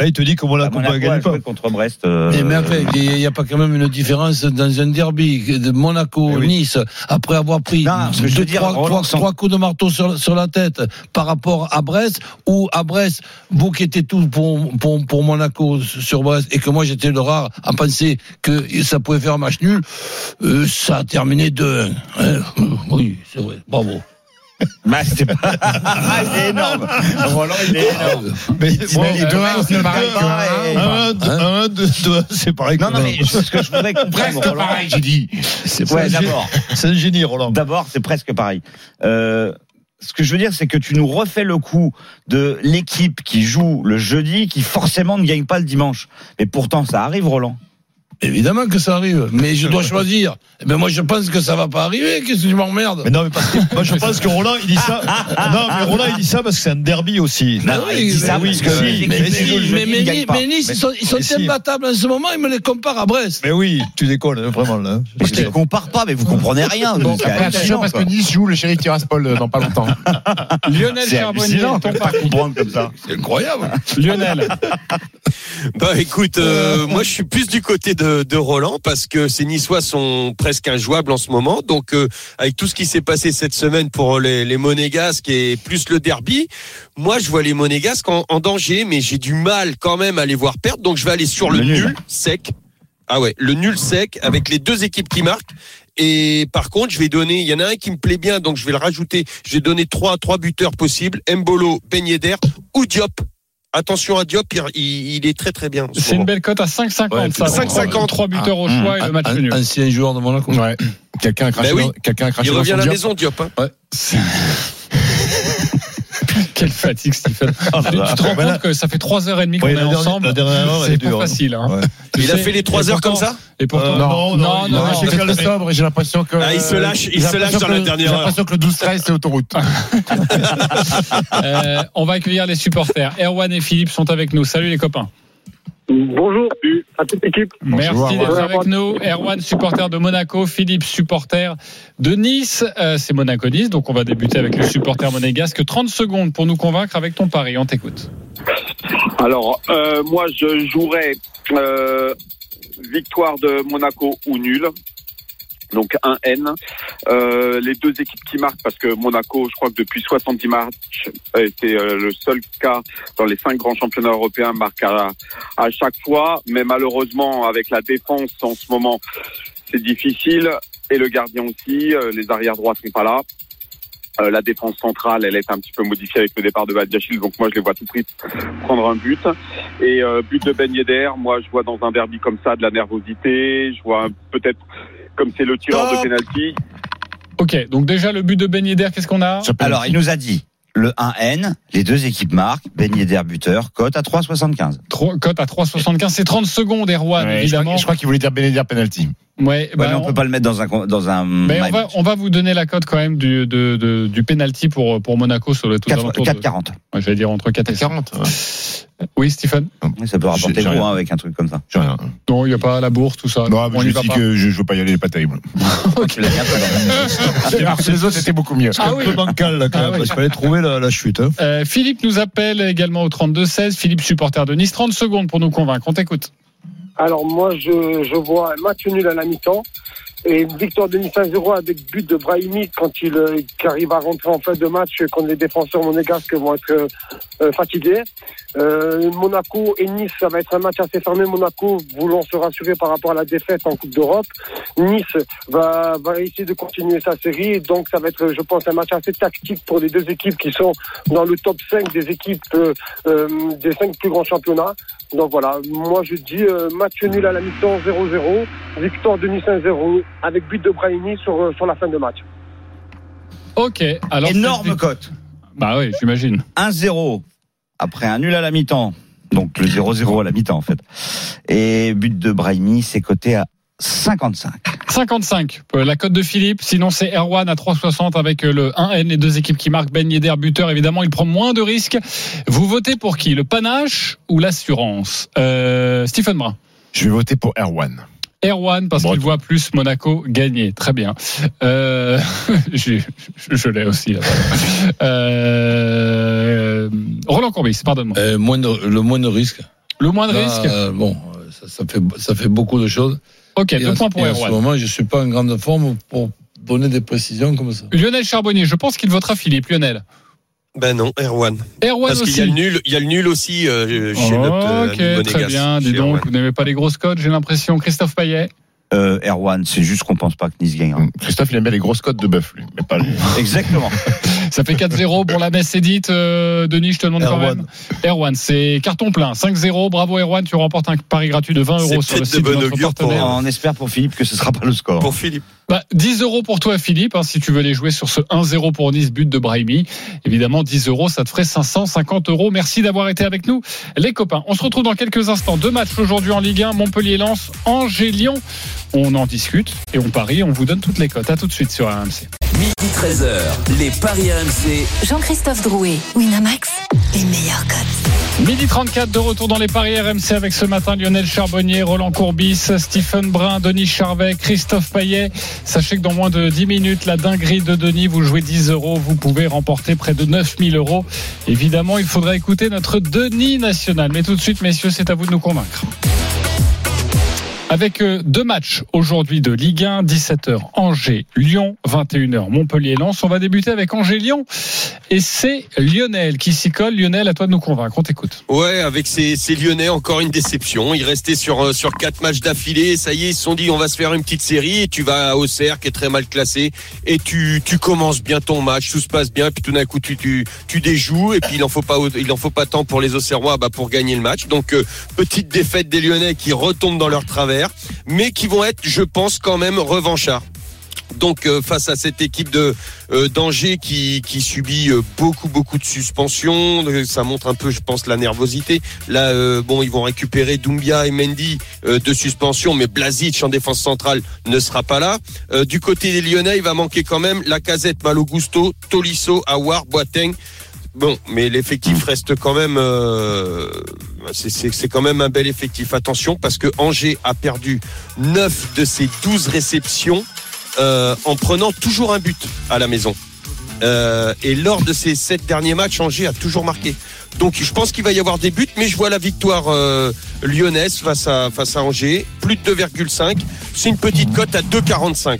[SPEAKER 6] Là, il te dit comment la
[SPEAKER 5] Bah,
[SPEAKER 6] coupe ne
[SPEAKER 5] Monaco a
[SPEAKER 6] gagne pas.
[SPEAKER 5] joué contre Brest. euh,
[SPEAKER 7] Et Eh, mais après, il n'y a pas quand même une différence dans un derby de Monaco, Nice, après avoir pris
[SPEAKER 5] Eh Non, ce que je veux dire,
[SPEAKER 7] trois,
[SPEAKER 5] Roland,
[SPEAKER 7] trois-
[SPEAKER 5] sans-
[SPEAKER 7] trois coups de marteau sur, sur la tête par rapport à Brest, ou à Brest, vous qui étiez tous pour, pour, pour Monaco sur Brest, et que moi j'étais le rare à penser que ça pouvait faire un match nul, euh, ça a terminé 2-1. hein. Oui, c'est vrai, bravo.
[SPEAKER 5] Bah, c'était pas. Ah, il est énorme. Roland, il est énorme.
[SPEAKER 6] Mais
[SPEAKER 5] Il
[SPEAKER 6] bon,
[SPEAKER 5] met les
[SPEAKER 1] euh,
[SPEAKER 5] deux
[SPEAKER 1] ouais,
[SPEAKER 5] un,
[SPEAKER 1] c'est
[SPEAKER 5] il
[SPEAKER 1] pareil,
[SPEAKER 5] met un,
[SPEAKER 6] 1,
[SPEAKER 7] pas.
[SPEAKER 6] 1, 2, 2, c'est pareil.
[SPEAKER 5] Non, non, mais c'est ce que je voudrais comprendre.
[SPEAKER 4] Presque
[SPEAKER 5] Roland.
[SPEAKER 4] pareil, j'ai dit.
[SPEAKER 5] C'est- Ouais,
[SPEAKER 6] C'est un
[SPEAKER 5] d'abord.
[SPEAKER 6] génie. C'est un génie, Roland.
[SPEAKER 5] D'abord, c'est presque pareil. Euh, ce que je veux dire, c'est que tu nous refais le coup de l'équipe qui joue le jeudi, qui forcément ne gagne pas le dimanche. Mais pourtant, ça arrive, Roland.
[SPEAKER 7] Évidemment que ça arrive, mais je dois choisir. Mais moi, je pense que ça va pas arriver. Qu'est-ce que tu m'emmerdes
[SPEAKER 6] Mais non, mais parce que, moi, je pense que Roland, il dit ça. Non, mais Roland, il dit ça parce que c'est un derby aussi.
[SPEAKER 7] Ah
[SPEAKER 5] Non,
[SPEAKER 7] oui,
[SPEAKER 5] il dit ça
[SPEAKER 7] mais oui,
[SPEAKER 5] parce que
[SPEAKER 7] mais-
[SPEAKER 5] les équipes
[SPEAKER 7] mais-
[SPEAKER 5] qui jouent le jeudi
[SPEAKER 7] mais-
[SPEAKER 5] ne
[SPEAKER 7] mais-
[SPEAKER 5] gagnent pas.
[SPEAKER 7] mais Nice, ils sont, ils sont
[SPEAKER 6] Mais si.
[SPEAKER 7] imbattables en ce moment. Ils me les comparent à Brest.
[SPEAKER 6] Mais oui, tu déconnes, hein, vraiment, là.
[SPEAKER 5] Mais je les compare pas, mais vous comprenez rien. C'est
[SPEAKER 4] Après, attention,
[SPEAKER 5] hallucinant,
[SPEAKER 4] parce que
[SPEAKER 5] quoi.
[SPEAKER 4] Nice joue le shérif Tiraspol euh, dans pas longtemps.
[SPEAKER 1] Lionel
[SPEAKER 5] C'est
[SPEAKER 1] Charbonnier,
[SPEAKER 5] hallucinant
[SPEAKER 1] ton
[SPEAKER 5] de pas
[SPEAKER 1] parti.
[SPEAKER 5] comprendre comme ça.
[SPEAKER 7] C'est incroyable.
[SPEAKER 1] Lionel,
[SPEAKER 3] Bah écoute, euh, moi je suis plus du côté de, de Roland parce que ces Niçois sont presque injouables en ce moment. Donc euh, avec tout ce qui s'est passé cette semaine pour les, les Monégasques et plus le derby, moi je vois les Monégasques en, en danger, mais j'ai du mal quand même à les voir perdre. Donc je vais aller sur le,
[SPEAKER 5] Le nul.
[SPEAKER 3] nul. sec. Ah ouais, le nul sec avec les deux équipes qui marquent. Et par contre, je vais donner, il y en a un qui me plaît bien, donc je vais le rajouter. Je vais donner trois, trois buteurs possibles, Mbolo, Ben Yedder ou Diop. Attention à Diop, il, il est très très bien. en ce
[SPEAKER 1] c'est une
[SPEAKER 3] moment.
[SPEAKER 1] belle cote à 5,50.
[SPEAKER 7] Ouais,
[SPEAKER 1] ça.
[SPEAKER 3] 5,50.
[SPEAKER 1] 3 buteurs
[SPEAKER 6] Ah,
[SPEAKER 1] au choix et le match
[SPEAKER 7] Un-
[SPEAKER 1] nul.
[SPEAKER 7] ancien joueur de Monaco.
[SPEAKER 4] Ouais. Quelqu'un a craché,
[SPEAKER 3] Ben oui.
[SPEAKER 4] dans- quelqu'un a craché
[SPEAKER 3] Il
[SPEAKER 4] dans
[SPEAKER 3] revient
[SPEAKER 4] son
[SPEAKER 3] à la
[SPEAKER 4] diop.
[SPEAKER 3] maison, Diop. hein.
[SPEAKER 1] Quelle fatigue, Stephen.
[SPEAKER 4] Ah,
[SPEAKER 1] tu
[SPEAKER 4] bah,
[SPEAKER 1] tu te rends
[SPEAKER 6] Ah, bah, Voilà.
[SPEAKER 1] compte que ça fait 3 heures et demie qu'on
[SPEAKER 6] Ouais,
[SPEAKER 1] est
[SPEAKER 6] la dernière-
[SPEAKER 1] ensemble.
[SPEAKER 6] la dernière heure, elle
[SPEAKER 1] C'est
[SPEAKER 6] est
[SPEAKER 1] pas
[SPEAKER 6] dure, hein.
[SPEAKER 1] facile. hein.
[SPEAKER 6] Ouais.
[SPEAKER 1] Tu
[SPEAKER 3] Il a
[SPEAKER 1] sais,
[SPEAKER 3] fait les trois
[SPEAKER 1] et
[SPEAKER 3] heures comme
[SPEAKER 1] pourtant-
[SPEAKER 3] ça
[SPEAKER 1] Et pourtant,
[SPEAKER 6] Euh,
[SPEAKER 1] non,
[SPEAKER 4] Non, non,
[SPEAKER 1] non,
[SPEAKER 4] non,
[SPEAKER 1] non.
[SPEAKER 4] j'ai très très sobre et j'ai l'impression que.
[SPEAKER 3] Ah, il se lâche,
[SPEAKER 4] j'ai
[SPEAKER 3] il se lâche
[SPEAKER 4] l'impression
[SPEAKER 3] dans la
[SPEAKER 4] que-
[SPEAKER 3] dernière
[SPEAKER 4] J'ai
[SPEAKER 3] heure.
[SPEAKER 4] l'impression que le 12-13, c'est autoroute.
[SPEAKER 1] euh, on va accueillir les supporters. Erwan et Philippe sont avec nous. Salut les copains.
[SPEAKER 8] Bonjour à toute l'équipe.
[SPEAKER 1] Merci d'être
[SPEAKER 8] Erwan.
[SPEAKER 1] avec nous. Erwan, supporter de Monaco. Philippe, supporter de Nice. Euh, C'est Monaco-Nice, donc on va débuter avec le supporter monégasque. 30 secondes pour nous convaincre avec ton pari. On t'écoute.
[SPEAKER 8] Alors, euh, moi, je jouerais euh, victoire de Monaco ou nul. Donc un N. Euh, les deux équipes qui marquent, parce que Monaco, je crois que depuis 70 matchs, euh, c'est euh, le seul cas dans les cinq grands championnats européens marque à, à chaque fois. Mais malheureusement, avec la défense en ce moment, c'est difficile. Et le gardien aussi, euh, les arrières droits sont pas là. Euh, la défense centrale, elle est un petit peu modifiée avec le départ de Badiachil, donc moi je les vois tout pris prendre un but. Et euh, but de Ben Yedder, moi je vois dans un derby comme ça de la nervosité, je vois un- peut-être comme c'est le tireur de penalty.
[SPEAKER 1] Ok, donc déjà le but de Ben Yedder, qu'est-ce qu'on a
[SPEAKER 5] Alors, il nous a dit le 1N, les deux équipes marquent, Ben Yedder buteur, cote à 3,75.
[SPEAKER 1] Trois- Cote à 3,75. C'est 30 secondes, Erwan,
[SPEAKER 4] Ouais, je,
[SPEAKER 1] évidemment.
[SPEAKER 4] crois, je crois qu'il voulait dire Benedire penalty.
[SPEAKER 1] Ouais,
[SPEAKER 5] Bah,
[SPEAKER 1] bah,
[SPEAKER 5] mais on
[SPEAKER 1] on-
[SPEAKER 5] peut pas le mettre dans un con- dans un
[SPEAKER 1] Mais on
[SPEAKER 5] my
[SPEAKER 1] va,
[SPEAKER 5] match.
[SPEAKER 1] on va vous donner la cote quand même du, de, de- du penalty pour, pour Monaco sur le tout
[SPEAKER 5] Quatre-
[SPEAKER 1] alentour de,
[SPEAKER 5] 4,40.
[SPEAKER 1] Ouais, je vais dire entre 4 et 5.
[SPEAKER 4] 40.
[SPEAKER 1] Oui, Stephen
[SPEAKER 5] Oui, Ça peut rapporter
[SPEAKER 4] J'ai- j'ai
[SPEAKER 5] gros
[SPEAKER 4] rien.
[SPEAKER 5] hein, avec un truc comme ça.
[SPEAKER 4] J'ai rien.
[SPEAKER 1] Non, il n'y a pas la bourse, tout ça.
[SPEAKER 4] Non,
[SPEAKER 1] on
[SPEAKER 4] je
[SPEAKER 1] y va
[SPEAKER 4] dis
[SPEAKER 1] pas.
[SPEAKER 4] que je, je veux pas y aller, il est pas terrible.
[SPEAKER 5] Tu l'as bien fait.
[SPEAKER 4] Alors que les autres étaient beaucoup mieux.
[SPEAKER 1] Ah oui.
[SPEAKER 6] Un peu bancal, là, quand
[SPEAKER 1] Ah
[SPEAKER 6] même.
[SPEAKER 1] oui.
[SPEAKER 6] Parce qu'il fallait trouver la, la chute. hein.
[SPEAKER 1] Euh, Philippe nous appelle également au 32-16. Philippe, supporter de Nice. 30 secondes pour nous convaincre. On t'écoute.
[SPEAKER 8] Alors moi je, je vois un match nul à la mi-temps et une victoire de Nice 1-0 avec but de Brahimi quand il euh, qui arrive à rentrer en fin de match euh, quand les défenseurs monégasques vont être euh, euh, fatigués. Euh, Monaco et Nice, ça va être un match assez fermé. Monaco voulant se rassurer par rapport à la défaite en Coupe d'Europe. Nice va, va essayer de continuer sa série. Donc ça va être, je pense, un match assez tactique pour les deux équipes qui sont dans le top 5 des équipes euh, euh, des cinq plus grands championnats. Donc voilà, moi je dis euh, match nul à la mi-temps 0-0, victoire de Nice 1-0 avec but de Brahimi sur, euh, sur la fin de match.
[SPEAKER 1] Ok. Alors,
[SPEAKER 5] Énorme
[SPEAKER 1] cette-
[SPEAKER 5] cote.
[SPEAKER 1] Bah oui, j'imagine.
[SPEAKER 5] 1-0 après un nul à la mi-temps. Donc le 0-0 à la mi-temps en fait. Et but de Brahimi, c'est coté à 55.
[SPEAKER 1] 55. euh, La cote de Philippe. Sinon, c'est Erwan à 3,60 avec euh, le 1N et deux équipes qui marquent. Ben Yedder, buteur. Évidemment, il prend moins de risques. Vous votez pour qui Le panache ou l'assurance euh, Stephen Brun.
[SPEAKER 4] Je vais voter pour Erwan.
[SPEAKER 1] Erwan parce
[SPEAKER 4] Bon,
[SPEAKER 1] qu'il voit plus Monaco gagner. Très bien. Euh, j'ai- je je l'ai aussi. là. Euh, Roland Courbis, pardonne-moi.
[SPEAKER 7] Euh, moindre- le moindre risque.
[SPEAKER 1] Le moindre
[SPEAKER 7] Là,
[SPEAKER 1] risque.
[SPEAKER 7] euh, bon, euh, ça, ça fait, ça fait beaucoup de choses.
[SPEAKER 1] Ok,
[SPEAKER 7] Et en-
[SPEAKER 1] deux points pour
[SPEAKER 7] et En ce
[SPEAKER 1] Erwan.
[SPEAKER 7] moment, je suis pas en grande forme pour donner des précisions comme ça.
[SPEAKER 1] Lionel Charbonnier, je pense qu'il votera Philippe. Lionel.
[SPEAKER 3] Ben non, Erwan.
[SPEAKER 1] Erwan
[SPEAKER 3] Parce qu'il
[SPEAKER 1] aussi.
[SPEAKER 3] y a le nul, il y a le nul aussi euh, chez notre euh,
[SPEAKER 1] ok,
[SPEAKER 3] ami
[SPEAKER 1] très
[SPEAKER 3] Monégasque,
[SPEAKER 1] bien. Dis
[SPEAKER 3] chez
[SPEAKER 1] donc,
[SPEAKER 3] Erwan.
[SPEAKER 1] vous n'aimez pas les grosses cotes, j'ai l'impression. Christophe Payet.
[SPEAKER 5] euh, Erwan. C'est juste qu'on pense pas que Nice gagnera.
[SPEAKER 4] Christophe, il aime bien les grosses cotes de bœuf, lui. Mais pas lui.
[SPEAKER 5] Exactement.
[SPEAKER 1] Ça fait 4-0 pour la messe Edith. Euh, Denis, je te demande quand
[SPEAKER 6] Erwan.
[SPEAKER 1] même. Erwan, c'est carton plein. 5-0. Bravo Erwan, tu remportes un pari gratuit de 20
[SPEAKER 3] C'est
[SPEAKER 1] euros sur le site
[SPEAKER 3] peut-être de
[SPEAKER 1] de
[SPEAKER 3] bon
[SPEAKER 1] notre
[SPEAKER 3] augure pour
[SPEAKER 1] partenaire.
[SPEAKER 5] On espère pour Philippe que ce sera pas le score.
[SPEAKER 3] Pour Philippe.
[SPEAKER 1] Bah, 10 euros pour toi, Philippe, hein, si tu veux les jouer sur ce 1-0 pour Nice, but de Brahimi. Évidemment, 10 euros, ça te ferait 550 euros. Merci d'avoir été avec nous, les copains. On se retrouve dans quelques instants. Deux matchs aujourd'hui en Ligue 1, Montpellier-Lens, Angers-Lyon. On en discute et on parie. On vous donne toutes les cotes. À tout de suite sur RMC.
[SPEAKER 9] Midi 13h, les Paris RMC
[SPEAKER 2] Jean-Christophe Drouet, Winamax, les meilleurs cotes.
[SPEAKER 1] Midi 34 de retour dans les paris RMC avec ce matin Lionel Charbonnier, Roland Courbis, Stephen Brun, Denis Charvet, Christophe Payet. Sachez que dans moins de 10 minutes, la dinguerie de Denis, vous jouez 10 euros, vous pouvez remporter près de 9000 euros. Évidemment, il faudra écouter notre Denis national. Mais tout de suite, messieurs, c'est à vous de nous convaincre. Avec euh, deux matchs aujourd'hui de Ligue 1, 17h Angers, Lyon, 21h Montpellier, Lens. On va débuter avec Angers-Lyon et c'est Lionel qui s'y colle. Lionel, à toi de nous convaincre. On t'écoute.
[SPEAKER 3] Ouais, avec ces, ces Lyonnais, encore une déception. Ils restaient sur euh, sur quatre matchs d'affilée. Ça y est, ils se sont dit, on va se faire une petite série. Et tu vas à Auxerre, qui est très mal classé, et tu tu commences bien ton match, tout se passe bien, puis tout d'un coup tu tu tu déjoues, et puis il en faut pas il en faut pas tant pour les Auxerrois, bah pour gagner le match. Donc euh, petite défaite des Lyonnais qui retombent dans leur travers, mais qui vont être, je pense, quand même revanchards. Donc euh, face à cette équipe de euh, d'Angers qui, qui subit euh, beaucoup beaucoup de suspensions, euh, ça montre un peu je pense la nervosité. Là euh, bon ils vont récupérer Doumbia et Mendy euh, de suspension, mais Blazic en défense centrale ne sera pas là. Euh, du côté des Lyonnais, il va manquer quand même la Casette, Malogusto, Tolisso, Awar, Boateng. Bon, mais l'effectif reste quand même. euh, c'est- c'est c'est quand même un bel effectif. Attention, parce que Angers a perdu 9 de ses 12 réceptions euh, en prenant toujours un but à la maison. Euh, et lors de ces sept derniers matchs, Angers a toujours marqué. Donc je pense qu'il va y avoir des buts, mais je vois la victoire euh, lyonnaise face à, face à Angers, plus de 2,5. C'est une petite cote à 2,45.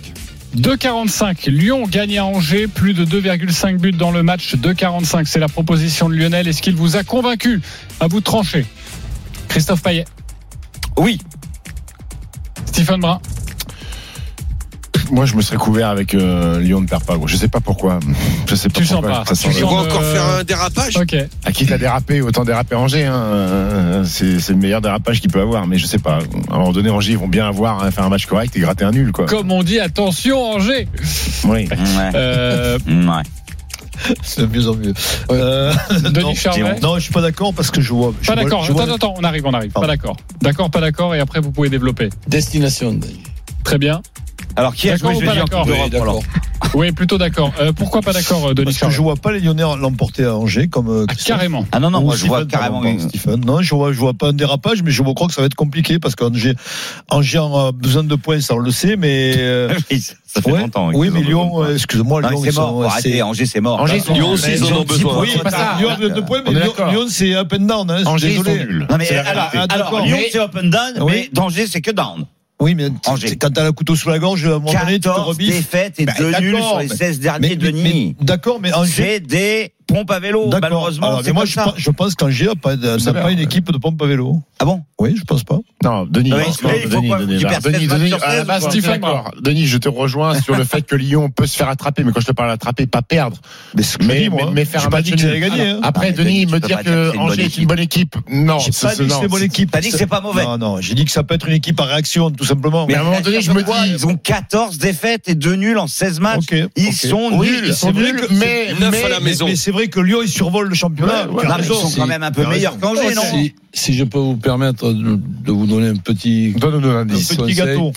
[SPEAKER 1] 2,45. Lyon gagne à Angers, plus de 2,5 buts dans le match. 2,45, c'est la proposition de Lionel. Est-ce qu'il vous a convaincu À vous de trancher. Christophe Payet,
[SPEAKER 5] Oui.
[SPEAKER 1] Stephen Brun,
[SPEAKER 4] Moi, je me serais couvert avec euh, Lyon ne perd pas. gros. Je sais pas pourquoi. Je sais pas
[SPEAKER 1] Tu sens
[SPEAKER 4] pourquoi.
[SPEAKER 1] pas.
[SPEAKER 4] Ça sent
[SPEAKER 1] Tu
[SPEAKER 3] Tu
[SPEAKER 4] le-
[SPEAKER 1] sens-
[SPEAKER 3] vois
[SPEAKER 1] Euh,
[SPEAKER 3] encore faire un dérapage
[SPEAKER 1] ok.
[SPEAKER 4] À qui t'as dérapé, autant déraper Angers. Hein. Euh, C'est c'est le meilleur dérapage qu'il peut avoir. Mais je sais pas. À un moment donné, Angers ils vont bien avoir à faire un match correct et gratter un nul, quoi.
[SPEAKER 1] Comme on dit, attention Angers
[SPEAKER 4] Oui.
[SPEAKER 5] Ouais.
[SPEAKER 1] Euh,
[SPEAKER 5] Ouais.
[SPEAKER 6] C'est de mieux en mieux. Euh, non,
[SPEAKER 1] Denis Charvet
[SPEAKER 6] non, je suis pas d'accord parce que je vois. je
[SPEAKER 1] Pas
[SPEAKER 6] vois-
[SPEAKER 1] d'accord.
[SPEAKER 6] je vois-
[SPEAKER 1] Attends, attends, on arrive, on arrive. Pas
[SPEAKER 6] Pardon.
[SPEAKER 1] d'accord. D'accord, pas d'accord, et après vous pouvez développer.
[SPEAKER 7] Destination. Daniel.
[SPEAKER 1] Très bien.
[SPEAKER 5] Alors qui a
[SPEAKER 1] D'accord
[SPEAKER 5] joué
[SPEAKER 1] ou pas
[SPEAKER 5] jeudi en
[SPEAKER 1] d'accord
[SPEAKER 5] Coupe d'Europe
[SPEAKER 7] Oui, d'accord.
[SPEAKER 5] alors
[SPEAKER 1] Oui, plutôt d'accord. Euh, pourquoi pas d'accord, euh, Denis
[SPEAKER 6] Parce que
[SPEAKER 1] Charvet
[SPEAKER 6] je vois pas les Lyonnais l'emporter à Angers comme euh,
[SPEAKER 1] Ah,
[SPEAKER 6] Christophe.
[SPEAKER 1] Carrément.
[SPEAKER 5] Ah non non,
[SPEAKER 6] Ou
[SPEAKER 5] moi je vois
[SPEAKER 6] Stephen,
[SPEAKER 5] carrément.
[SPEAKER 6] pardon, pardon, Stephen. Non, je vois, je vois pas un dérapage, mais je crois que ça va être compliqué parce qu'Angers Angers a besoin de points, ça on le sait, mais. euh,
[SPEAKER 5] Oui, ça fait
[SPEAKER 6] ouais.
[SPEAKER 5] longtemps. hein,
[SPEAKER 6] oui,
[SPEAKER 5] qu'ils
[SPEAKER 6] mais
[SPEAKER 5] en ont
[SPEAKER 6] Lyon,
[SPEAKER 5] besoin.
[SPEAKER 6] euh, excuse-moi,
[SPEAKER 5] Non,
[SPEAKER 6] Lyon,
[SPEAKER 5] c'est
[SPEAKER 6] ils sont-
[SPEAKER 5] mort. hein.
[SPEAKER 6] ouais,
[SPEAKER 5] arrêtez,
[SPEAKER 6] c'est-
[SPEAKER 5] Angers c'est mort.
[SPEAKER 4] Angers, ils sont-
[SPEAKER 3] Lyon aussi,
[SPEAKER 4] mais
[SPEAKER 3] ils en ont
[SPEAKER 4] dix
[SPEAKER 3] besoin.
[SPEAKER 4] points.
[SPEAKER 6] Oui,
[SPEAKER 3] c'est
[SPEAKER 6] pas ça. Lyon, de points, mais
[SPEAKER 4] On est
[SPEAKER 6] Lyon,
[SPEAKER 4] d'accord.
[SPEAKER 6] Lyon, c'est up and down. Hein,
[SPEAKER 4] Angers, ils sont
[SPEAKER 6] désolé.
[SPEAKER 4] nuls.
[SPEAKER 5] Non mais
[SPEAKER 4] C'est la
[SPEAKER 5] alors,
[SPEAKER 4] vérité.
[SPEAKER 6] Ah,
[SPEAKER 5] alors
[SPEAKER 6] d'accord.
[SPEAKER 5] Lyon
[SPEAKER 6] Mais-
[SPEAKER 5] c'est open down,
[SPEAKER 6] Oui.
[SPEAKER 5] mais Danger c'est que down.
[SPEAKER 6] Oui, mais t-
[SPEAKER 5] Angers.
[SPEAKER 6] t- quand t'as le couteau sous la gorge, à un moment donné, tu te
[SPEAKER 5] 14
[SPEAKER 6] rebiffes.
[SPEAKER 5] défaites et
[SPEAKER 6] Bah,
[SPEAKER 5] 2
[SPEAKER 6] d'accord,
[SPEAKER 5] nuls sur les
[SPEAKER 6] mais-
[SPEAKER 5] 16
[SPEAKER 6] Mais-
[SPEAKER 5] derniers
[SPEAKER 6] mais-
[SPEAKER 5] Denis.
[SPEAKER 6] mais- D'accord, mais Angers.
[SPEAKER 5] C'est des pompes à vélo
[SPEAKER 6] D'accord.
[SPEAKER 5] malheureusement,
[SPEAKER 6] Alors,
[SPEAKER 5] c'est
[SPEAKER 6] moi,
[SPEAKER 5] comme
[SPEAKER 6] je,
[SPEAKER 5] ça.
[SPEAKER 6] pense- je pense qu'Angers n'a pas, n'a
[SPEAKER 4] savez,
[SPEAKER 6] pas une
[SPEAKER 4] euh,
[SPEAKER 6] équipe de pompe à vélo.
[SPEAKER 5] Ah bon
[SPEAKER 6] Oui, je pense pas.
[SPEAKER 4] Non, Denis,
[SPEAKER 5] Ouais, mais
[SPEAKER 4] non,
[SPEAKER 5] il faut
[SPEAKER 4] Denis,
[SPEAKER 5] quoi,
[SPEAKER 4] Denis,
[SPEAKER 5] tu perds
[SPEAKER 4] alors, Denis,
[SPEAKER 5] 16 matchs
[SPEAKER 4] Denis, euh,
[SPEAKER 5] sur
[SPEAKER 4] à la
[SPEAKER 5] 16,
[SPEAKER 4] base,
[SPEAKER 1] quoi.
[SPEAKER 4] t'es
[SPEAKER 1] Stephen
[SPEAKER 4] d'accord. Denis, je te rejoins sur le fait que Lyon peut se faire attraper, mais quand je te parle attraper, pas perdre.
[SPEAKER 6] Mais ce
[SPEAKER 4] Mais- mais- mais faire
[SPEAKER 6] J'ai
[SPEAKER 4] un
[SPEAKER 6] pas
[SPEAKER 4] match
[SPEAKER 6] dit que
[SPEAKER 4] nul.
[SPEAKER 6] j'allais gagner. hein.
[SPEAKER 4] Après,
[SPEAKER 5] mais
[SPEAKER 4] Denis,
[SPEAKER 5] Denis,
[SPEAKER 4] me
[SPEAKER 5] tu peux
[SPEAKER 4] dire
[SPEAKER 5] pas dire que
[SPEAKER 4] que
[SPEAKER 5] c'est une bonne
[SPEAKER 4] Angers est une
[SPEAKER 5] équipe.
[SPEAKER 4] bonne équipe, non.
[SPEAKER 6] J'ai
[SPEAKER 4] c'est-
[SPEAKER 6] pas dit que
[SPEAKER 4] non,
[SPEAKER 6] c'est mon équipe.
[SPEAKER 5] T'as dit que c'est pas mauvais.
[SPEAKER 6] Non, non, j'ai dit que ça peut être une équipe par réaction, tout simplement.
[SPEAKER 4] Mais à un moment
[SPEAKER 5] là,
[SPEAKER 4] donné, je
[SPEAKER 5] comme
[SPEAKER 4] me
[SPEAKER 5] quoi,
[SPEAKER 4] dis-
[SPEAKER 5] Ils ont 14 défaites et 2 nuls en 16 matchs.
[SPEAKER 6] Ok,
[SPEAKER 5] Ils
[SPEAKER 6] ok.
[SPEAKER 5] sont
[SPEAKER 4] Oui,
[SPEAKER 5] nuls.
[SPEAKER 4] ils sont
[SPEAKER 6] C'est vrai
[SPEAKER 4] nuls,
[SPEAKER 6] que
[SPEAKER 4] mais,
[SPEAKER 3] c'est neuf
[SPEAKER 4] mais-
[SPEAKER 3] à la maison.
[SPEAKER 6] Mais c'est vrai que Lyon, il survole le championnat.
[SPEAKER 4] Ouais, ouais.
[SPEAKER 6] Tu as
[SPEAKER 5] Non, mais ils
[SPEAKER 6] raison.
[SPEAKER 5] sont quand même un peu
[SPEAKER 6] T'as
[SPEAKER 5] meilleurs
[SPEAKER 6] raison.
[SPEAKER 5] qu'Angers, non
[SPEAKER 7] Si, si je peux vous permettre de, de vous donner un petit
[SPEAKER 4] Donne-nous un
[SPEAKER 7] Un
[SPEAKER 4] indice.
[SPEAKER 6] Petit
[SPEAKER 7] conseil,
[SPEAKER 6] gâteau.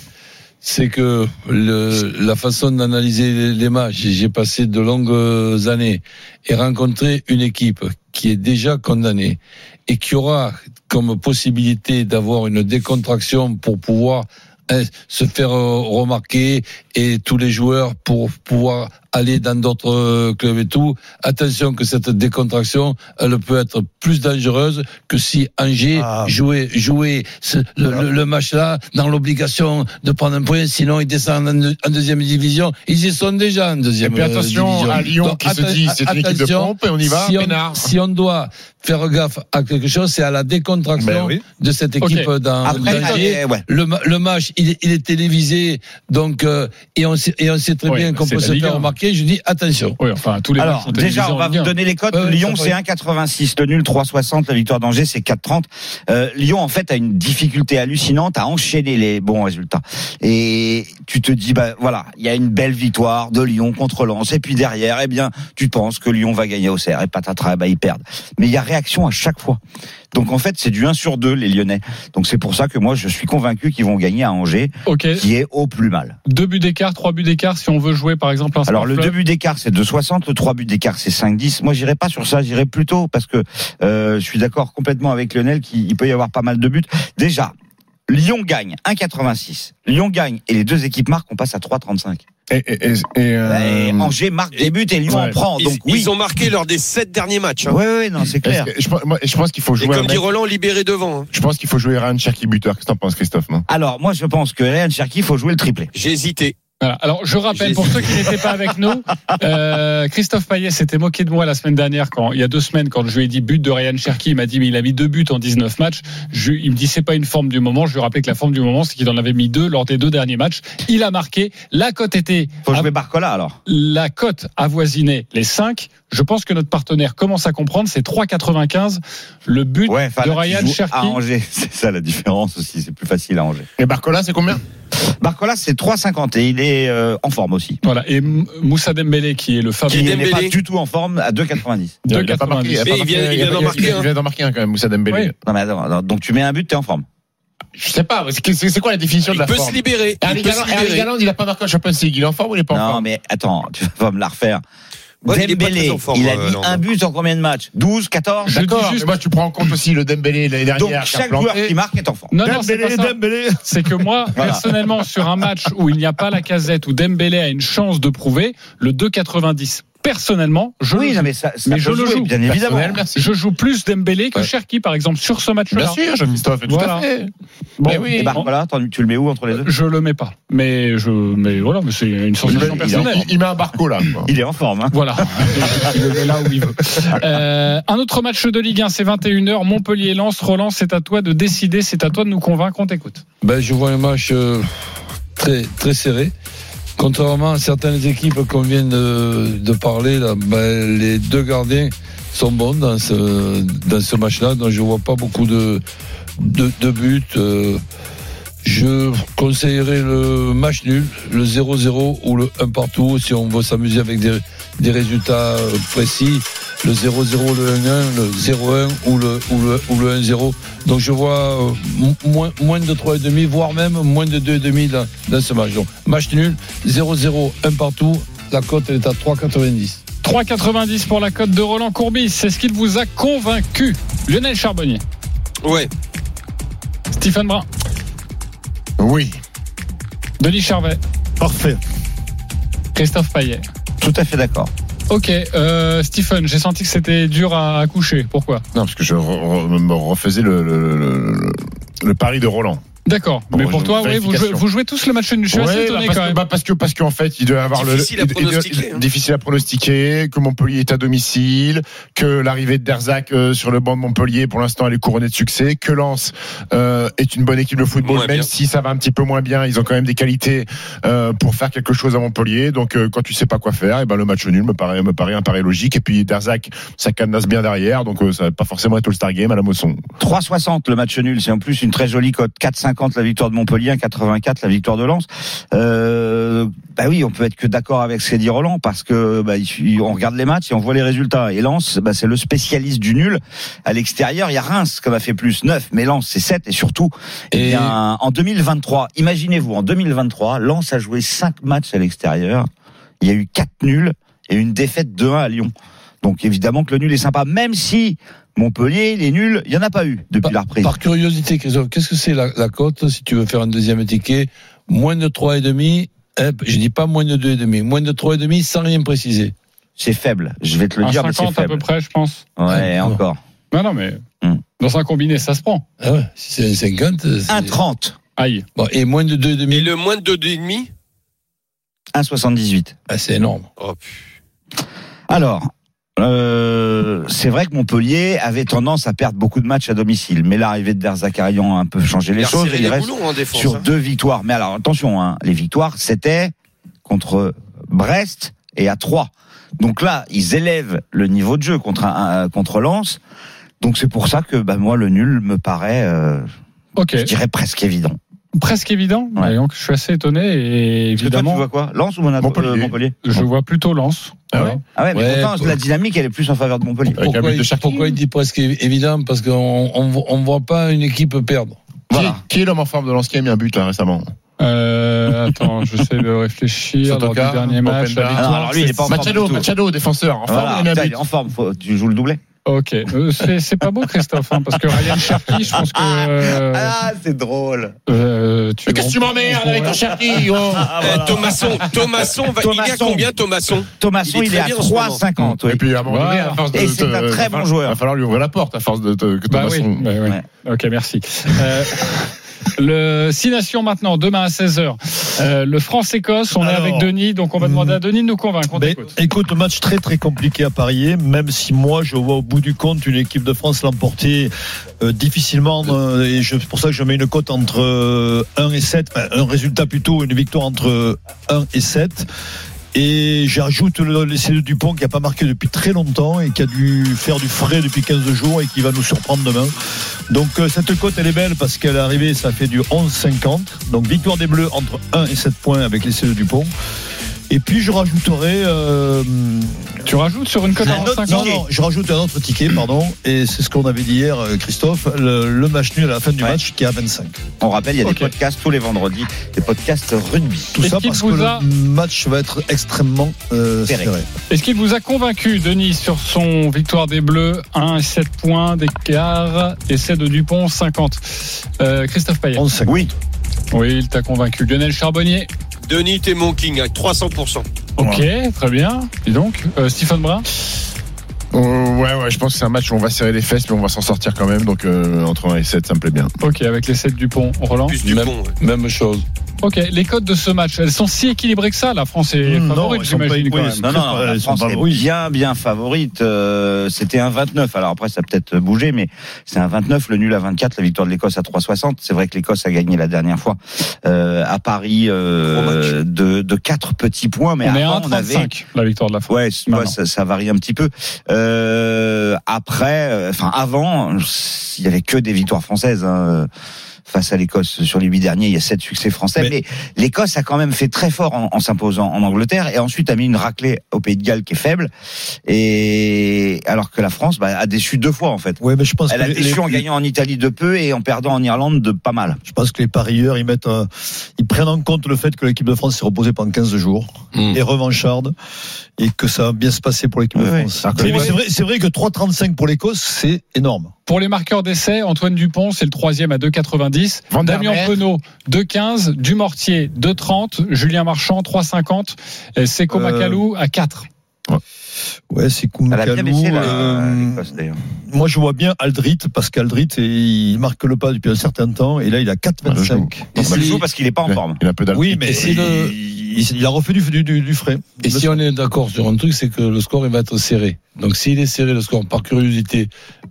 [SPEAKER 7] c'est que le, la façon d'analyser les, les matchs, j'ai passé de longues années et rencontré une équipe qui est déjà condamnée et qui aura comme possibilité d'avoir une décontraction pour pouvoir hein, se faire euh, remarquer et tous les joueurs pour pouvoir aller dans d'autres euh, clubs et tout. Attention que cette décontraction, elle peut être plus dangereuse que si Angers
[SPEAKER 6] Ah.
[SPEAKER 7] jouait, jouait ce- le, le- le match là dans l'obligation de prendre un point, sinon ils descendent en, deux- en deuxième division. Ils y sont déjà en
[SPEAKER 4] Et
[SPEAKER 7] deuxième
[SPEAKER 4] puis
[SPEAKER 7] euh,
[SPEAKER 4] attention
[SPEAKER 7] division.
[SPEAKER 4] à Lyon
[SPEAKER 7] Donc,
[SPEAKER 4] qui se
[SPEAKER 7] atten-
[SPEAKER 4] dit c'est une équipe de
[SPEAKER 7] attention,
[SPEAKER 4] pompe et on y va.
[SPEAKER 7] si on,
[SPEAKER 4] Pénard.
[SPEAKER 7] si on doit faire gaffe à quelque chose, c'est à la décontraction
[SPEAKER 6] Ben oui.
[SPEAKER 7] de cette
[SPEAKER 1] Ok.
[SPEAKER 7] équipe dans
[SPEAKER 5] Après,
[SPEAKER 7] d'Angers.
[SPEAKER 5] allez, ouais.
[SPEAKER 7] Le, ma- le match, il, est- il est télévisé, donc euh, et on sait, et on sait très
[SPEAKER 1] Oui,
[SPEAKER 7] bien qu'on
[SPEAKER 1] c'est
[SPEAKER 7] peut
[SPEAKER 1] la
[SPEAKER 7] se
[SPEAKER 1] Ligue
[SPEAKER 7] faire
[SPEAKER 1] un.
[SPEAKER 7] remarquer. Je dis attention.
[SPEAKER 1] Oui, enfin, tous les matchs
[SPEAKER 5] Alors,
[SPEAKER 1] sont
[SPEAKER 5] déjà,
[SPEAKER 1] télévisés
[SPEAKER 5] on
[SPEAKER 1] en
[SPEAKER 5] va
[SPEAKER 1] Ligue
[SPEAKER 5] vous
[SPEAKER 1] un.
[SPEAKER 5] donner les cotes.
[SPEAKER 7] Ouais, ouais,
[SPEAKER 5] Lyon,
[SPEAKER 7] ça
[SPEAKER 5] c'est
[SPEAKER 7] va.
[SPEAKER 5] 1,86. Le nul, 3,60. La victoire d'Angers, c'est 4,30. Euh, Lyon, en fait, a une difficulté hallucinante à enchaîner les bons résultats. Et tu te dis, bah, voilà, il y a une belle victoire de Lyon contre Lens. Et puis derrière, eh bien, tu penses que Lyon va gagner au CR. Et patatras, bah, ils perdent. Mais il y a réaction à chaque fois. Donc, en fait, c'est du 1 sur 2, les Lyonnais. Donc, c'est pour ça que moi, je suis convaincu qu'ils vont gagner à Angers,
[SPEAKER 1] Ok,
[SPEAKER 5] qui est au plus mal.
[SPEAKER 1] deux buts d'écart, trois buts d'écart si on veut jouer par exemple un
[SPEAKER 5] Alors le
[SPEAKER 1] sport
[SPEAKER 5] deux
[SPEAKER 1] club.
[SPEAKER 5] buts d'écart c'est 2,60, le 3 buts d'écart c'est 5,10. Moi j'irai pas sur ça, j'irai plutôt parce que euh, je suis d'accord complètement avec Lionel qu'il il peut y avoir pas mal de buts. Déjà, Lyon gagne 1,86. Lyon gagne et les deux équipes marquent, on passe à 3,35.
[SPEAKER 4] Et, et- et- et, euh,
[SPEAKER 5] Et Angers marque des buts et Lyon en
[SPEAKER 4] ouais.
[SPEAKER 5] prend.
[SPEAKER 3] Ils,
[SPEAKER 5] Donc
[SPEAKER 3] ils
[SPEAKER 5] oui.
[SPEAKER 3] ont marqué lors des sept derniers matchs. hein.
[SPEAKER 5] Ouais ouais non c'est clair.
[SPEAKER 4] est-ce que- je, pense- moi, je pense qu'il faut
[SPEAKER 3] Et
[SPEAKER 4] jouer. un
[SPEAKER 3] comme dit
[SPEAKER 4] mec-
[SPEAKER 3] Roland, libéré devant. hein.
[SPEAKER 4] Je pense qu'il faut jouer Ryan Cherki buteur. Qu'est-ce que t'en penses, Christophe non
[SPEAKER 5] Alors moi je pense que Ryan Cherki faut jouer le triplé.
[SPEAKER 3] J'ai hésité.
[SPEAKER 1] Voilà. Alors je rappelle
[SPEAKER 3] J'ai-
[SPEAKER 1] pour ceux qui n'étaient pas avec nous, euh, Christophe Payet s'était moqué de moi la semaine dernière quand il y a deux semaines quand je lui ai dit but de Ryan Cherki, il m'a dit mais il a mis deux buts en 19 matchs. Je, il me dit c'est pas une forme du moment. Je lui rappelais que la forme du moment c'est qu'il en avait mis deux lors des deux derniers matchs. Il a marqué. La cote était
[SPEAKER 5] Faut
[SPEAKER 1] à-
[SPEAKER 5] jouer Barcola alors.
[SPEAKER 1] la cote avoisinait les 5. Je pense que notre partenaire commence à comprendre. C'est 3,95 le but
[SPEAKER 5] Ouais, enfin,
[SPEAKER 1] de
[SPEAKER 5] là, tu
[SPEAKER 1] Ryan
[SPEAKER 5] joues à
[SPEAKER 1] Cherki.
[SPEAKER 5] Angers, c'est ça la différence aussi, c'est plus facile à Angers.
[SPEAKER 4] Et Barcola, c'est combien
[SPEAKER 5] Barcola c'est 3,50 et il est euh, en forme aussi.
[SPEAKER 1] Voilà. Et M- Moussa Dembélé qui est le
[SPEAKER 5] Qui
[SPEAKER 1] favori.
[SPEAKER 3] Qui est
[SPEAKER 5] n'est pas
[SPEAKER 3] Dembélé.
[SPEAKER 5] du tout en forme à 2,90.
[SPEAKER 1] de
[SPEAKER 4] Il a pas marqué.
[SPEAKER 1] 90.
[SPEAKER 4] a pas
[SPEAKER 3] Mais il
[SPEAKER 4] marqué-
[SPEAKER 3] vient- il
[SPEAKER 4] a-
[SPEAKER 3] vient hein. d'en
[SPEAKER 4] a-
[SPEAKER 3] marquer un.
[SPEAKER 4] Il vient d'en marquer un quand même, Moussa Dembélé.
[SPEAKER 1] Oui.
[SPEAKER 5] Non mais attends, attends, donc tu mets un but, t'es en forme.
[SPEAKER 4] Je sais pas, c'est c'est- c'est quoi la définition de
[SPEAKER 3] Il
[SPEAKER 4] la
[SPEAKER 3] peut
[SPEAKER 4] forme
[SPEAKER 3] se libérer. Il
[SPEAKER 4] Erling
[SPEAKER 3] peut se
[SPEAKER 4] Haaland, Erling
[SPEAKER 3] libérer.
[SPEAKER 4] Haaland, il a pas marqué en Champions League. Il est en forme ou il est pas en
[SPEAKER 5] non
[SPEAKER 4] forme
[SPEAKER 5] mais attends, tu vas pas me la refaire.
[SPEAKER 3] Ouais, mais il est pas
[SPEAKER 5] Dembélé,
[SPEAKER 3] très
[SPEAKER 5] il,
[SPEAKER 3] en forme,
[SPEAKER 5] a
[SPEAKER 3] euh,
[SPEAKER 5] mis
[SPEAKER 3] Haaland.
[SPEAKER 5] un but en combien de matchs 12, 14
[SPEAKER 1] Je dis
[SPEAKER 4] D'accord,
[SPEAKER 1] juste-
[SPEAKER 4] mais moi tu prends en compte aussi le Dembélé l'année
[SPEAKER 5] Donc
[SPEAKER 4] dernière. qui a
[SPEAKER 5] chaque
[SPEAKER 4] planté.
[SPEAKER 5] joueur qui marque est en forme.
[SPEAKER 1] Non, non, c'est pas ça. C'est que moi,
[SPEAKER 5] Voilà.
[SPEAKER 1] personnellement, sur un match où il n'y a pas la casette, où Dembélé a une chance de prouver, le 2,90, personnellement, je,
[SPEAKER 5] oui,
[SPEAKER 1] le
[SPEAKER 5] non,
[SPEAKER 1] joue.
[SPEAKER 5] mais ça, ça
[SPEAKER 1] Mais
[SPEAKER 5] peut
[SPEAKER 1] je le
[SPEAKER 5] jouer,
[SPEAKER 1] joue.
[SPEAKER 5] bien évidemment.
[SPEAKER 4] Personnel, merci.
[SPEAKER 1] je joue plus Dembélé que
[SPEAKER 4] Ouais.
[SPEAKER 1] Cherki, par exemple, sur ce match-là.
[SPEAKER 4] Bien sûr, Jean-Christophe, tout
[SPEAKER 1] Voilà.
[SPEAKER 4] à fait.
[SPEAKER 1] Bon,
[SPEAKER 4] Mais oui. Eh ben,
[SPEAKER 5] Et Barcola, t'en- ben, tu le mets où entre les deux
[SPEAKER 1] Je le mets pas. Mais, je, mais voilà, mais c'est une
[SPEAKER 4] Il,
[SPEAKER 1] sensation
[SPEAKER 4] met-
[SPEAKER 1] personnelle.
[SPEAKER 4] il- il met un barco là. quoi.
[SPEAKER 5] Il est en forme. Hein.
[SPEAKER 1] Voilà, il le met là où il veut. Euh, un autre match de Ligue 1, c'est 21h, Montpellier-Lens, Roland, c'est à toi de décider, c'est à toi de nous convaincre, on t'écoute.
[SPEAKER 7] Ben, je vois un match euh, très, très serré. Contrairement à certaines équipes qu'on vient de, de parler, là, ben, les deux gardiens sont bons dans ce, dans ce match-là. Donc je ne vois pas beaucoup de, de, de buts. Euh, je conseillerais le match nul, le 0-0 ou le 1 partout si on veut s'amuser avec des, des résultats euh, précis. Le 0-0, le 1-1, le 0-1 ou le, ou le, ou le 1-0. Donc je vois euh, mo- moins, moins de 3,5, voire même moins de 2,5 dans, dans ce match. Donc match nul, 0-0, 1 partout. La cote elle est à 3,90.
[SPEAKER 1] 3,90 pour la cote de Roland Courbis, c'est ce qu'il vous a convaincu. Lionel Charbonnier,
[SPEAKER 3] Ouais.
[SPEAKER 1] Stéphane Brun,
[SPEAKER 4] Oui.
[SPEAKER 1] Denis Charvet,
[SPEAKER 6] Parfait.
[SPEAKER 1] Christophe Payet.
[SPEAKER 5] Tout à fait d'accord.
[SPEAKER 1] Ok, euh, Stephen, j'ai senti que c'était dur à, à coucher. Pourquoi
[SPEAKER 4] Non, parce que je re- re- me refaisais le, le, le- le- le pari de Roland.
[SPEAKER 1] D'accord.
[SPEAKER 4] Bon,
[SPEAKER 1] mais
[SPEAKER 4] je-
[SPEAKER 1] pour toi, oui, vous, jouez,
[SPEAKER 4] vérification.
[SPEAKER 1] vous jouez tous le match nul. Je suis assez
[SPEAKER 4] Ouais, bah,
[SPEAKER 1] étonné
[SPEAKER 4] parce,
[SPEAKER 1] quand
[SPEAKER 4] que,
[SPEAKER 1] même.
[SPEAKER 4] bah, parce que parce qu'en fait, il doit avoir
[SPEAKER 3] Difficile
[SPEAKER 4] le
[SPEAKER 3] à
[SPEAKER 4] il- il doit-
[SPEAKER 3] pronostiquer,
[SPEAKER 4] il-
[SPEAKER 3] hein.
[SPEAKER 4] difficile à pronostiquer, que Montpellier est à domicile, que l'arrivée de Derzac euh, sur le banc de Montpellier pour l'instant elle est couronnée de succès, que Lens euh, est une bonne équipe de football
[SPEAKER 3] Moins
[SPEAKER 4] même
[SPEAKER 3] bien.
[SPEAKER 4] si ça va un petit peu moins bien, ils ont quand même des qualités euh, pour faire quelque chose à Montpellier. Donc euh, quand tu sais pas quoi faire, et ben le match nul me paraît me paraît un pari logique et puis Derzac ça cadenasse bien derrière donc euh, ça va pas forcément être le star game à la Mosson.
[SPEAKER 5] 3,60 le match nul, c'est en plus une très jolie cote. 4,50 la victoire de Montpellier, 1,84 la victoire de Lens. Euh, bah oui, on peut être que d'accord avec ce qu'a dit Roland parce que bah, il- on regarde les matchs et on voit les résultats. Et Lens, bah, c'est le spécialiste du nul. À l'extérieur, il y a Reims qui en a fait plus 9, mais Lens c'est 7 et surtout, eh
[SPEAKER 7] Et-
[SPEAKER 5] bien, en 2023, imaginez-vous, en 2023, Lens a joué 5 matchs à l'extérieur. Il y a eu 4 nuls et une défaite 2-1 à Lyon. Donc évidemment que le nul est sympa, même si Montpellier, les nuls, il n'y en a pas eu depuis la reprise.
[SPEAKER 7] Par curiosité, Christophe, qu'est-ce que c'est la, la cote si tu veux faire un deuxième ticket Moins de 3,5, hein, je dis pas moins de 2,5, moins de 3,5 sans rien préciser.
[SPEAKER 5] C'est faible, je vais te le
[SPEAKER 1] À
[SPEAKER 5] dire, mais c'est
[SPEAKER 1] 50 à peu
[SPEAKER 5] faible.
[SPEAKER 1] près, je pense.
[SPEAKER 5] Ouais, encore.
[SPEAKER 1] Non, non, mais
[SPEAKER 5] Hum.
[SPEAKER 1] dans un combiné, ça se prend.
[SPEAKER 7] Ah ouais, si c'est un 50. c'est-
[SPEAKER 4] Ah.
[SPEAKER 5] 1,30,
[SPEAKER 1] Aïe.
[SPEAKER 7] Bon, et moins de
[SPEAKER 3] Et
[SPEAKER 7] 2,5,
[SPEAKER 3] le moins de 2,5
[SPEAKER 5] 1,78.
[SPEAKER 7] ah, c'est énorme.
[SPEAKER 3] Oh, putain.
[SPEAKER 5] Alors, euh, c'est vrai que Montpellier avait tendance à perdre beaucoup de matchs à domicile, mais l'arrivée de Derzakarian a un peu changé les
[SPEAKER 3] Il a
[SPEAKER 5] choses.
[SPEAKER 3] resserré
[SPEAKER 5] Il
[SPEAKER 3] les
[SPEAKER 5] reste
[SPEAKER 3] boulons en défense.
[SPEAKER 5] sur
[SPEAKER 3] hein.
[SPEAKER 5] deux victoires. Mais alors, attention, hein, les victoires, c'était contre Brest et à Troyes. Donc là, ils élèvent le niveau de jeu contre, un- un- contre Lens. Donc c'est pour ça que bah, moi, le nul me paraît, euh,
[SPEAKER 1] Ok.
[SPEAKER 5] je dirais, presque évident.
[SPEAKER 1] Presque évident.
[SPEAKER 5] Ouais.
[SPEAKER 1] Mais donc, je suis assez étonné et
[SPEAKER 5] Parce que toi, tu
[SPEAKER 1] évidemment,
[SPEAKER 5] vois quoi Lens ou Monaco
[SPEAKER 4] Montpellier.
[SPEAKER 5] euh, Montpellier
[SPEAKER 1] je vois plutôt Lens.
[SPEAKER 4] Ah
[SPEAKER 1] Voilà.
[SPEAKER 5] Ah ouais, mais
[SPEAKER 7] Ouais,
[SPEAKER 5] pourtant,
[SPEAKER 7] pour-
[SPEAKER 5] la dynamique, elle est plus en faveur de Montpellier.
[SPEAKER 4] Avec un
[SPEAKER 7] Pourquoi,
[SPEAKER 4] but de
[SPEAKER 7] il-
[SPEAKER 4] Cherki.
[SPEAKER 7] pourquoi il dit presque évi- évident Parce qu'on on, on voit pas une équipe perdre.
[SPEAKER 5] Voilà.
[SPEAKER 4] Qui, qui est l'homme en forme de Lens qui a mis un but là récemment
[SPEAKER 1] Euh, attends, j'essaie de réfléchir. Lors du
[SPEAKER 4] Sotoka,
[SPEAKER 1] dernier match, la
[SPEAKER 4] Openda.
[SPEAKER 1] victoire,
[SPEAKER 5] Ah Alors, lui, il est pas en forme
[SPEAKER 4] Machado,
[SPEAKER 5] du tout.
[SPEAKER 4] Machado, défenseur. En
[SPEAKER 5] Voilà,
[SPEAKER 4] forme, il a mis
[SPEAKER 5] putain,
[SPEAKER 4] un
[SPEAKER 5] il est
[SPEAKER 4] but.
[SPEAKER 5] en forme, faut- tu joues le doublé.
[SPEAKER 1] Ok, Euh, c'est c'est pas beau Christophe, hein, parce que Ryan Cherky, je pense que euh,
[SPEAKER 5] Ah, c'est drôle.
[SPEAKER 1] euh, tu.
[SPEAKER 4] Mais qu'est-ce que tu m'emmerdes avec ton Cherki oh
[SPEAKER 3] Eh, Thomasson, Thomasson, va- il est à
[SPEAKER 5] Thomasson.
[SPEAKER 3] combien Thomasson
[SPEAKER 5] Thomasson,
[SPEAKER 3] Il est
[SPEAKER 5] il est,
[SPEAKER 3] très
[SPEAKER 5] à
[SPEAKER 3] bien en ce moment.
[SPEAKER 5] 3,50. oui.
[SPEAKER 4] Et puis à un moment donné, à force de.
[SPEAKER 5] Et c'est
[SPEAKER 4] de-
[SPEAKER 5] un très bon
[SPEAKER 4] va-
[SPEAKER 5] joueur.
[SPEAKER 4] Va falloir lui ouvrir la porte à force de. de- que
[SPEAKER 1] Bah oui.
[SPEAKER 4] Thomasson-
[SPEAKER 1] bah oui.
[SPEAKER 5] Ouais.
[SPEAKER 1] Ok, merci. Euh, le 6 Nations maintenant, demain à 16h. le France-Écosse, on
[SPEAKER 6] Alors,
[SPEAKER 1] est avec Denis, donc on va demander à Denis de nous convaincre. On
[SPEAKER 6] Ben,
[SPEAKER 1] t'écoute.
[SPEAKER 6] écoute, match très très compliqué à parier, même si moi je vois au bout du compte une équipe de France l'emporter euh, difficilement.
[SPEAKER 1] Ben.
[SPEAKER 6] euh, et je- c'est pour ça que je mets une cote entre euh, 1 et 7, enfin, un résultat plutôt, une victoire entre euh, 1 et 7. Et j'ajoute le- l'essai de Dupont qui n'a pas marqué depuis très longtemps et qui a dû faire du frais depuis 15 jours et qui va nous surprendre demain. Donc euh, cette cote elle est belle parce qu'à l'arrivée ça fait du 11,50. Donc victoire des Bleus entre 1 et 7 points avec l'essai de Dupont. Et puis je rajouterai euh,
[SPEAKER 1] Tu rajoutes sur une cote à
[SPEAKER 6] un autre
[SPEAKER 1] 50
[SPEAKER 6] non, non, je rajoute un autre ticket, pardon, et c'est ce qu'on avait dit hier, euh, Christophe, le, le match nul à la fin du
[SPEAKER 5] Ouais.
[SPEAKER 6] match qui est à 25.
[SPEAKER 5] On rappelle, il y a
[SPEAKER 1] Ok.
[SPEAKER 5] des podcasts tous les vendredis, des podcasts rugby.
[SPEAKER 6] Tout
[SPEAKER 1] Et
[SPEAKER 6] ça
[SPEAKER 1] qui
[SPEAKER 6] parce que
[SPEAKER 1] vous a-
[SPEAKER 6] le match va être extrêmement euh,
[SPEAKER 5] Serré.
[SPEAKER 6] serré.
[SPEAKER 1] Est-ce qu'il vous a convaincu, Denis, sur son victoire des Bleus 1 et 7 points d'écart, essai de Dupont 50 Euh, Christophe Payet.
[SPEAKER 6] 11
[SPEAKER 5] Oui.
[SPEAKER 1] Oui, il t'a convaincu. Lionel Charbonnier.
[SPEAKER 3] Denis, t'es mon king hein, à 300%.
[SPEAKER 1] Ok, très bien. Dis donc, euh, Stephen Brun.
[SPEAKER 4] Euh, ouais, ouais, je pense que c'est un match où on va serrer les fesses, mais on va s'en sortir quand même. Donc euh, entre 1 et 7, ça me plaît bien.
[SPEAKER 1] Ok, avec les 7 Dupont. Roland.
[SPEAKER 3] Plus du
[SPEAKER 7] Même-
[SPEAKER 3] bon. ouais.
[SPEAKER 7] Même chose.
[SPEAKER 1] Ok, les codes de ce match, elles sont si équilibrées que ça La France est
[SPEAKER 6] Non,
[SPEAKER 1] favorite,
[SPEAKER 6] elles sont pas
[SPEAKER 1] j'imagine. quand
[SPEAKER 6] équilibrées.
[SPEAKER 1] même.
[SPEAKER 5] Non, non,
[SPEAKER 6] Ils
[SPEAKER 5] la
[SPEAKER 6] sont
[SPEAKER 5] France
[SPEAKER 6] pas-
[SPEAKER 5] est
[SPEAKER 6] oui.
[SPEAKER 5] bien, bien favorite. Euh, C'était un 29. Alors après, ça a peut-être bougé, mais c'est un 29. Le nul à 24, la victoire de l'Écosse à 3,60. C'est vrai que l'Écosse a gagné la dernière fois euh, à Paris euh, de, de 4 petits points, mais
[SPEAKER 1] on est à
[SPEAKER 5] avant, on avait
[SPEAKER 1] 1,35, la victoire de la France.
[SPEAKER 5] Ouais, c-
[SPEAKER 1] Maintenant.
[SPEAKER 5] ouais, ça, ça varie un petit peu. Euh, après, euh, enfin avant, il y avait que des victoires françaises hein, face à l'Écosse sur les huit derniers. Il y a sept succès français, mais, l'Écosse a quand même fait très fort en, en s'imposant en Angleterre et ensuite a mis une raclée au Pays de Galles qui est faible. Et alors que la France bah, a déçu deux fois en fait.
[SPEAKER 6] Ouais, mais je pense
[SPEAKER 5] Elle
[SPEAKER 6] que
[SPEAKER 5] a
[SPEAKER 6] les-
[SPEAKER 5] déçu
[SPEAKER 6] les-
[SPEAKER 5] en gagnant en Italie de peu et en perdant en Irlande de pas mal.
[SPEAKER 6] Je pense que les parieurs, ils mettent, euh, ils prennent en compte le fait que l'équipe de France s'est reposée pendant 15 jours,
[SPEAKER 7] Mm.
[SPEAKER 6] et revancharde, et que ça va bien se passer pour l'équipe de
[SPEAKER 5] Ouais,
[SPEAKER 6] France.
[SPEAKER 5] ouais.
[SPEAKER 6] Mais c'est vrai, c'est vrai que 3,35 pour l'Écosse, c'est énorme.
[SPEAKER 1] Pour les marqueurs d'essai, Antoine Dupont, c'est le troisième à 2,90.
[SPEAKER 4] Van der
[SPEAKER 1] Damien
[SPEAKER 4] Mer.
[SPEAKER 1] Penaud, 2,15. Dumortier, 2,30. Julien Marchand, 3,50. Et Seko
[SPEAKER 6] Euh,
[SPEAKER 1] Makalou à 4.
[SPEAKER 6] Ouais, c'est cool.
[SPEAKER 5] Elle a bien baissé la-
[SPEAKER 6] euh,
[SPEAKER 5] l'Écosse d'ailleurs.
[SPEAKER 6] Moi, je vois bien Aldrit, parce qu'Aldrit, il marque le pas depuis un certain temps, et là, il a
[SPEAKER 4] Ah, le
[SPEAKER 6] 4,25.
[SPEAKER 4] genou.
[SPEAKER 5] Il
[SPEAKER 7] si-
[SPEAKER 5] joue Bah, parce qu'il est pas en forme.
[SPEAKER 4] Il a un peu d'alcool.
[SPEAKER 6] oui, mais
[SPEAKER 7] Et si
[SPEAKER 6] il,
[SPEAKER 7] le-
[SPEAKER 6] Euh, il- il a refait du, du, du, du frais.
[SPEAKER 7] Et si on est d'accord sur un truc, c'est que le score, il va être serré. Donc, s'il est serré, le score, par curiosité,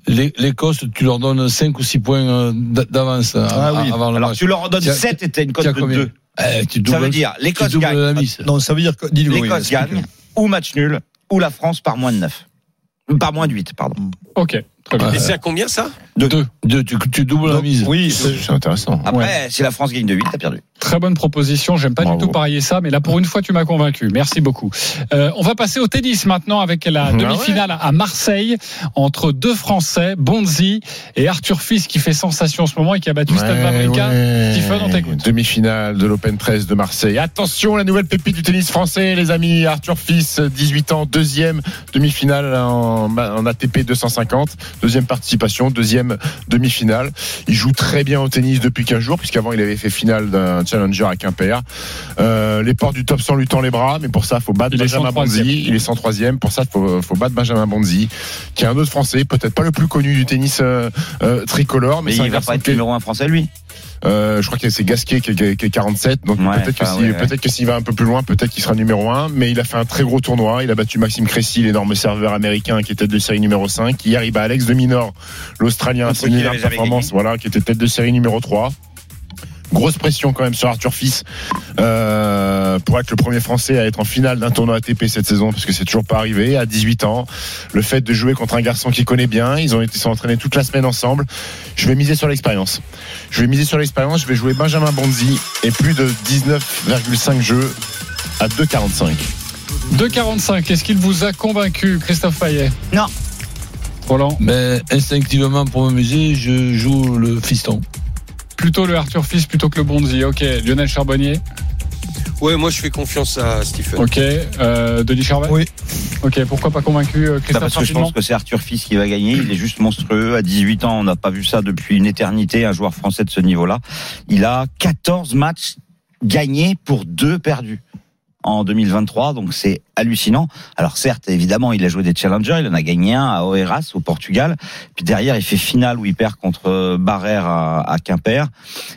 [SPEAKER 7] les- l'Écosse, tu leur donnes 5 ou 6 points euh, d'a- d'avance euh,
[SPEAKER 6] Ah oui.
[SPEAKER 7] avant le
[SPEAKER 5] Alors
[SPEAKER 7] match.
[SPEAKER 5] tu leur en donnes
[SPEAKER 7] Tiens,
[SPEAKER 5] 7 et t'as une cote
[SPEAKER 7] Tiens,
[SPEAKER 5] de 2.
[SPEAKER 7] Eh, tu
[SPEAKER 5] Ça
[SPEAKER 7] doubles-
[SPEAKER 5] veut dire
[SPEAKER 7] tu
[SPEAKER 5] l'Écosse
[SPEAKER 7] doubles
[SPEAKER 5] gagne.
[SPEAKER 7] la mise.
[SPEAKER 6] Non, ça veut dire que. dis-le, oui,
[SPEAKER 5] l'Écosse
[SPEAKER 6] explique.
[SPEAKER 5] gagne, ou match nul, ou la France par moins de 9. Par moins de 8, pardon.
[SPEAKER 1] Ok, très bien.
[SPEAKER 7] Ouais.
[SPEAKER 3] Et c'est à combien ça
[SPEAKER 7] Deux, tu, tu doubles la
[SPEAKER 6] Donc,
[SPEAKER 7] mise.
[SPEAKER 6] Oui,
[SPEAKER 4] c'est intéressant.
[SPEAKER 5] Après, si la France gagne de 8, t'as perdu.
[SPEAKER 1] Très bonne proposition. J'aime pas
[SPEAKER 4] Bravo.
[SPEAKER 1] du tout parier ça, mais là, pour une fois, tu m'as convaincu. Merci beaucoup. Euh, on va passer au tennis maintenant avec la
[SPEAKER 4] Ah ouais.
[SPEAKER 1] demi-finale à Marseille entre deux Français, Bonzi et Arthur Fils, qui fait sensation en ce moment et qui a battu Stan Wawrinka. Stephen, on t'écoute.
[SPEAKER 4] Demi-finale de l'Open 13 de Marseille. Attention, la nouvelle pépite du tennis français, les amis. Arthur Fils, 18 ans, deuxième demi-finale en, en ATP 250, deuxième participation, deuxième même demi-finale. Il joue très bien au tennis depuis 15 jours, puisqu'avant il avait fait finale d'un challenger à Quimper. Euh, les portes du top 100 lui tend les bras, mais pour ça, faut battre
[SPEAKER 1] Il est
[SPEAKER 4] Benjamin
[SPEAKER 1] 103e.
[SPEAKER 4] Bonzi. Il est 103e. Pour ça, faut, faut battre Benjamin Bonzi, qui est un autre Français, peut-être pas le plus connu du tennis euh, euh, tricolore, mais,
[SPEAKER 5] Mais
[SPEAKER 4] c'est un
[SPEAKER 5] il va
[SPEAKER 4] garçon
[SPEAKER 5] pas être
[SPEAKER 4] qui est-
[SPEAKER 5] numéro un français, lui.
[SPEAKER 4] euh, je crois que c'est Gasquet qui est, qui est 47, donc
[SPEAKER 5] Ouais,
[SPEAKER 4] peut-être que
[SPEAKER 5] enfin,
[SPEAKER 4] si-
[SPEAKER 5] ouais, ouais.
[SPEAKER 4] peut-être que s'il va un peu plus loin, peut-être qu'il sera numéro 1. Mais il a fait un très gros tournoi. Il a battu Maxime Cressy, l'énorme serveur américain qui était tête de série numéro 5. Hier, il bat Alex de Minor, l'Australien,
[SPEAKER 5] Contre
[SPEAKER 4] c'est
[SPEAKER 5] qui
[SPEAKER 4] une
[SPEAKER 5] il
[SPEAKER 4] énorme
[SPEAKER 5] avait jamais
[SPEAKER 4] performance, voilà, qui était tête de série numéro 3. Grosse pression quand même sur Arthur Fils euh, pour être le premier Français à être en finale d'un tournoi ATP cette saison, parce que c'est toujours pas arrivé à 18 ans. Le fait de jouer contre un garçon qui connaît bien, ils ont été sont entraînés toute la semaine ensemble. Je vais miser sur l'expérience. Je vais miser sur l'expérience. Je vais jouer Benjamin Bonzi et plus de 19,5 jeux à 2,45.
[SPEAKER 1] 2,45, est-ce qu'il vous a convaincu, Christophe Payet
[SPEAKER 5] Non.
[SPEAKER 1] Roland,
[SPEAKER 7] Mais instinctivement, pour m'amuser, je joue le fiston.
[SPEAKER 1] plutôt le Arthur Fils plutôt que le Bonzi. Ok, Lionel Charbonnier.
[SPEAKER 3] Ouais, moi je fais confiance à Stephen.
[SPEAKER 1] Ok, euh, Denis Charvet.
[SPEAKER 6] Oui.
[SPEAKER 1] Ok, pourquoi pas convaincu, euh,
[SPEAKER 5] Bah,
[SPEAKER 1] Christophe
[SPEAKER 5] parce que je pense
[SPEAKER 1] rapidement
[SPEAKER 5] que c'est Arthur Fils qui va gagner. Il est juste monstrueux. À 18 ans, on n'a pas vu ça depuis une éternité, un joueur français de ce niveau-là. Il a 14 matchs gagnés pour deux perdus en 2023, donc c'est hallucinant. Alors certes, évidemment, il a joué des challengers, il en a gagné un à Oeiras au Portugal, puis derrière il fait finale où il perd contre Barère à, à Quimper,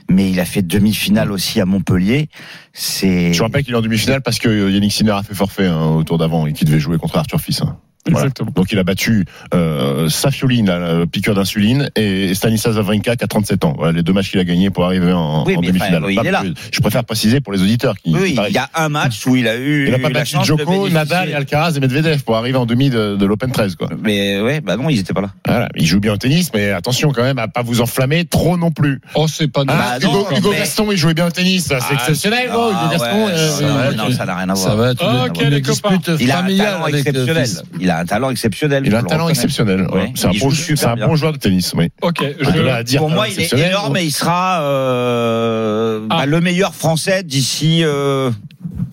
[SPEAKER 5] mais il a fait demi-finale aussi à Montpellier. C'est
[SPEAKER 4] Je rappelle qu'il est en demi-finale parce que Yannick Sinner a fait forfait hein, au tour d'avant et qu'il devait jouer contre Arthur Fils. hein. Voilà.
[SPEAKER 1] Exactement.
[SPEAKER 4] Donc il a battu euh, Safioline, là, la piqûre d'insuline, et Stanislas Wawrinka qui a 37 ans. Voilà les deux matchs qu'il a gagnés pour arriver en,
[SPEAKER 5] Oui,
[SPEAKER 4] en
[SPEAKER 5] mais
[SPEAKER 4] demi-finale.
[SPEAKER 5] enfin, oui,
[SPEAKER 4] Pas
[SPEAKER 5] il est là.
[SPEAKER 4] plus- Je préfère préciser pour les auditeurs qui.
[SPEAKER 5] oui,
[SPEAKER 4] pareil,
[SPEAKER 5] il y a un match où il a eu
[SPEAKER 4] il a pas
[SPEAKER 5] la
[SPEAKER 4] battu
[SPEAKER 5] chance de
[SPEAKER 4] Djoko,
[SPEAKER 5] bénéficier.
[SPEAKER 4] Nadal, et Alcaraz et Medvedev pour arriver en demi de, de l'Open 13. Quoi.
[SPEAKER 5] Mais ouais, bah non, ils étaient pas là.
[SPEAKER 4] Voilà. Il joue bien au tennis, mais attention quand même à pas vous enflammer trop non plus.
[SPEAKER 1] Oh, c'est pas nous.
[SPEAKER 4] Ah,
[SPEAKER 5] Bah non,
[SPEAKER 4] Hugo, Hugo
[SPEAKER 5] mais-
[SPEAKER 4] Gaston, il jouait bien au tennis, ça, c'est
[SPEAKER 7] Ah,
[SPEAKER 4] exceptionnel. Hugo,
[SPEAKER 1] Oh,
[SPEAKER 4] Hugo
[SPEAKER 5] Ah
[SPEAKER 4] Gaston,
[SPEAKER 5] ouais,
[SPEAKER 4] euh,
[SPEAKER 5] ça n'a-
[SPEAKER 4] euh,
[SPEAKER 5] non, ça n'a rien à
[SPEAKER 7] Ça
[SPEAKER 5] voir.
[SPEAKER 7] va être
[SPEAKER 4] Oh,
[SPEAKER 7] une-
[SPEAKER 1] Ok,
[SPEAKER 7] une
[SPEAKER 1] les
[SPEAKER 7] dispute
[SPEAKER 5] Il a un
[SPEAKER 7] familiale
[SPEAKER 5] talent
[SPEAKER 7] avec le
[SPEAKER 5] exceptionnel.
[SPEAKER 7] fils.
[SPEAKER 5] Il a un talent exceptionnel.
[SPEAKER 4] il a
[SPEAKER 5] faut
[SPEAKER 4] un
[SPEAKER 5] le
[SPEAKER 4] talent
[SPEAKER 5] reconnaître.
[SPEAKER 4] exceptionnel. ouais.
[SPEAKER 5] Ouais,
[SPEAKER 4] C'est un,
[SPEAKER 5] il
[SPEAKER 4] bon,
[SPEAKER 5] joue
[SPEAKER 4] c'est
[SPEAKER 5] super
[SPEAKER 4] un
[SPEAKER 5] bien.
[SPEAKER 4] bon joueur de tennis. Oui.
[SPEAKER 1] Ok,
[SPEAKER 4] De là
[SPEAKER 1] je...
[SPEAKER 4] à dire,
[SPEAKER 5] Pour
[SPEAKER 4] euh,
[SPEAKER 5] moi, il est
[SPEAKER 4] exceptionnel,
[SPEAKER 5] énorme
[SPEAKER 4] non.
[SPEAKER 5] et il sera euh, bah,
[SPEAKER 1] Ah.
[SPEAKER 5] le meilleur français d'ici euh,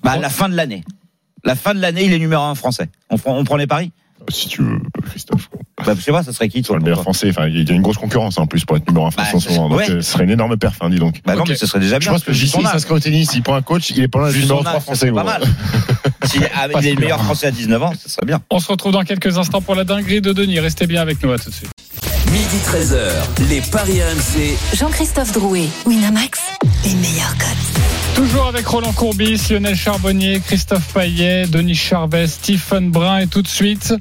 [SPEAKER 5] bah, la fin de l'année. La fin de l'année, il est numéro un français. On, prend- on prend les paris
[SPEAKER 4] Oh, Si tu veux, Christophe.
[SPEAKER 5] bah, Je sais pas, ça serait qui
[SPEAKER 4] Sur
[SPEAKER 5] toi,
[SPEAKER 4] le
[SPEAKER 5] pour
[SPEAKER 4] meilleur
[SPEAKER 5] toi
[SPEAKER 4] français, enfin, il y a une grosse concurrence hein, en plus pour être numéro un français
[SPEAKER 5] Bah,
[SPEAKER 4] en ce moment. Donc,
[SPEAKER 5] ouais.
[SPEAKER 4] euh, ce serait une énorme perf, hein, dis donc.
[SPEAKER 5] Bah non,
[SPEAKER 1] Ok.
[SPEAKER 5] mais ce serait déjà
[SPEAKER 4] Je
[SPEAKER 5] bien.
[SPEAKER 4] pense que JC
[SPEAKER 5] son âge-
[SPEAKER 4] s'inscrit au tennis, il prend un coach, il est pas loin d'être
[SPEAKER 5] vu son
[SPEAKER 4] numéro
[SPEAKER 5] âge,
[SPEAKER 4] 3
[SPEAKER 5] ça serait
[SPEAKER 4] français.
[SPEAKER 5] pas
[SPEAKER 4] ouais.
[SPEAKER 5] mal. Si ah, il est le meilleur français à 19 ans, ce serait bien.
[SPEAKER 1] On se retrouve dans quelques instants pour la dinguerie de Denis. Restez bien avec nous, à tout de suite.
[SPEAKER 9] Midi 13h, les Paris RMC.
[SPEAKER 2] Jean-Christophe Drouet, Winamax, les meilleurs codes.
[SPEAKER 1] Toujours avec Roland Courbis, Lionel Charbonnier, Christophe Paillet, Denis Charvet, Stephen Brun et tout de suite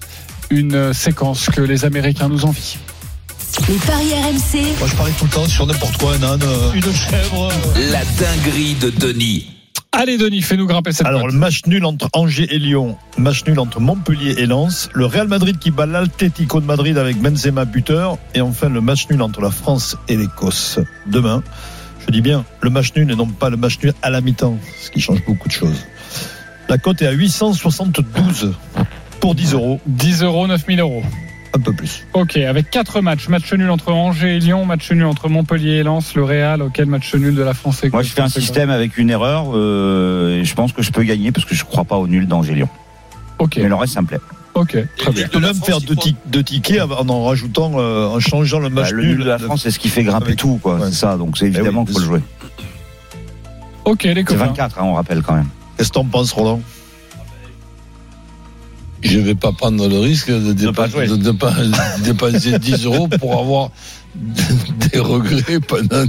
[SPEAKER 1] une séquence que les Américains nous envient.
[SPEAKER 2] Les paris RMC,
[SPEAKER 6] Moi, je parie tout le temps sur n'importe quoi, un âne. euh.
[SPEAKER 1] Une chèvre.
[SPEAKER 9] La dinguerie de Denis.
[SPEAKER 1] Allez Denis, fais-nous grimper cette
[SPEAKER 6] Alors,
[SPEAKER 1] cote.
[SPEAKER 6] le match nul entre Angers et Lyon, match nul entre Montpellier et Lens, le Real Madrid qui bat l'Atlético de Madrid avec Benzema buteur, et enfin le match nul entre la France et l'Écosse. Demain, je dis bien le match nul et non pas le match nul à la mi-temps, ce qui change beaucoup de choses. La cote est à 872 pour 10 euros,
[SPEAKER 1] 10 euros, 9000 euros.
[SPEAKER 6] un peu plus.
[SPEAKER 1] Ok, avec quatre matchs. Match nul entre Angers et Lyon, match nul entre Montpellier et Lens, le Real, auquel match nul de la France et
[SPEAKER 5] Moi, je fais un système avec une erreur. euh, et je pense que je peux gagner parce que je crois pas au nul d'Angélion.
[SPEAKER 1] Ok,
[SPEAKER 5] Mais le reste, ça me plaît.
[SPEAKER 1] ok, très bien.
[SPEAKER 6] Il peut même faire deux, ti- deux tickets en en rajoutant, euh, en changeant le match
[SPEAKER 5] Bah, le
[SPEAKER 6] nul.
[SPEAKER 5] nul de la France, c'est ce qui fait grimper
[SPEAKER 6] Avec-
[SPEAKER 5] tout, quoi.
[SPEAKER 6] ouais.
[SPEAKER 5] C'est ça. Donc, c'est évidemment
[SPEAKER 6] oui,
[SPEAKER 5] qu'il faut le jouer.
[SPEAKER 1] Ok les
[SPEAKER 5] C'est
[SPEAKER 1] copains.
[SPEAKER 5] 24, hein, on rappelle quand même.
[SPEAKER 6] Qu'est-ce que t'en penses, Roland
[SPEAKER 7] Je vais pas prendre le risque de, dépa-
[SPEAKER 5] jouer.
[SPEAKER 7] de- de pas- de dépenser 10 euros pour avoir des regrets pendant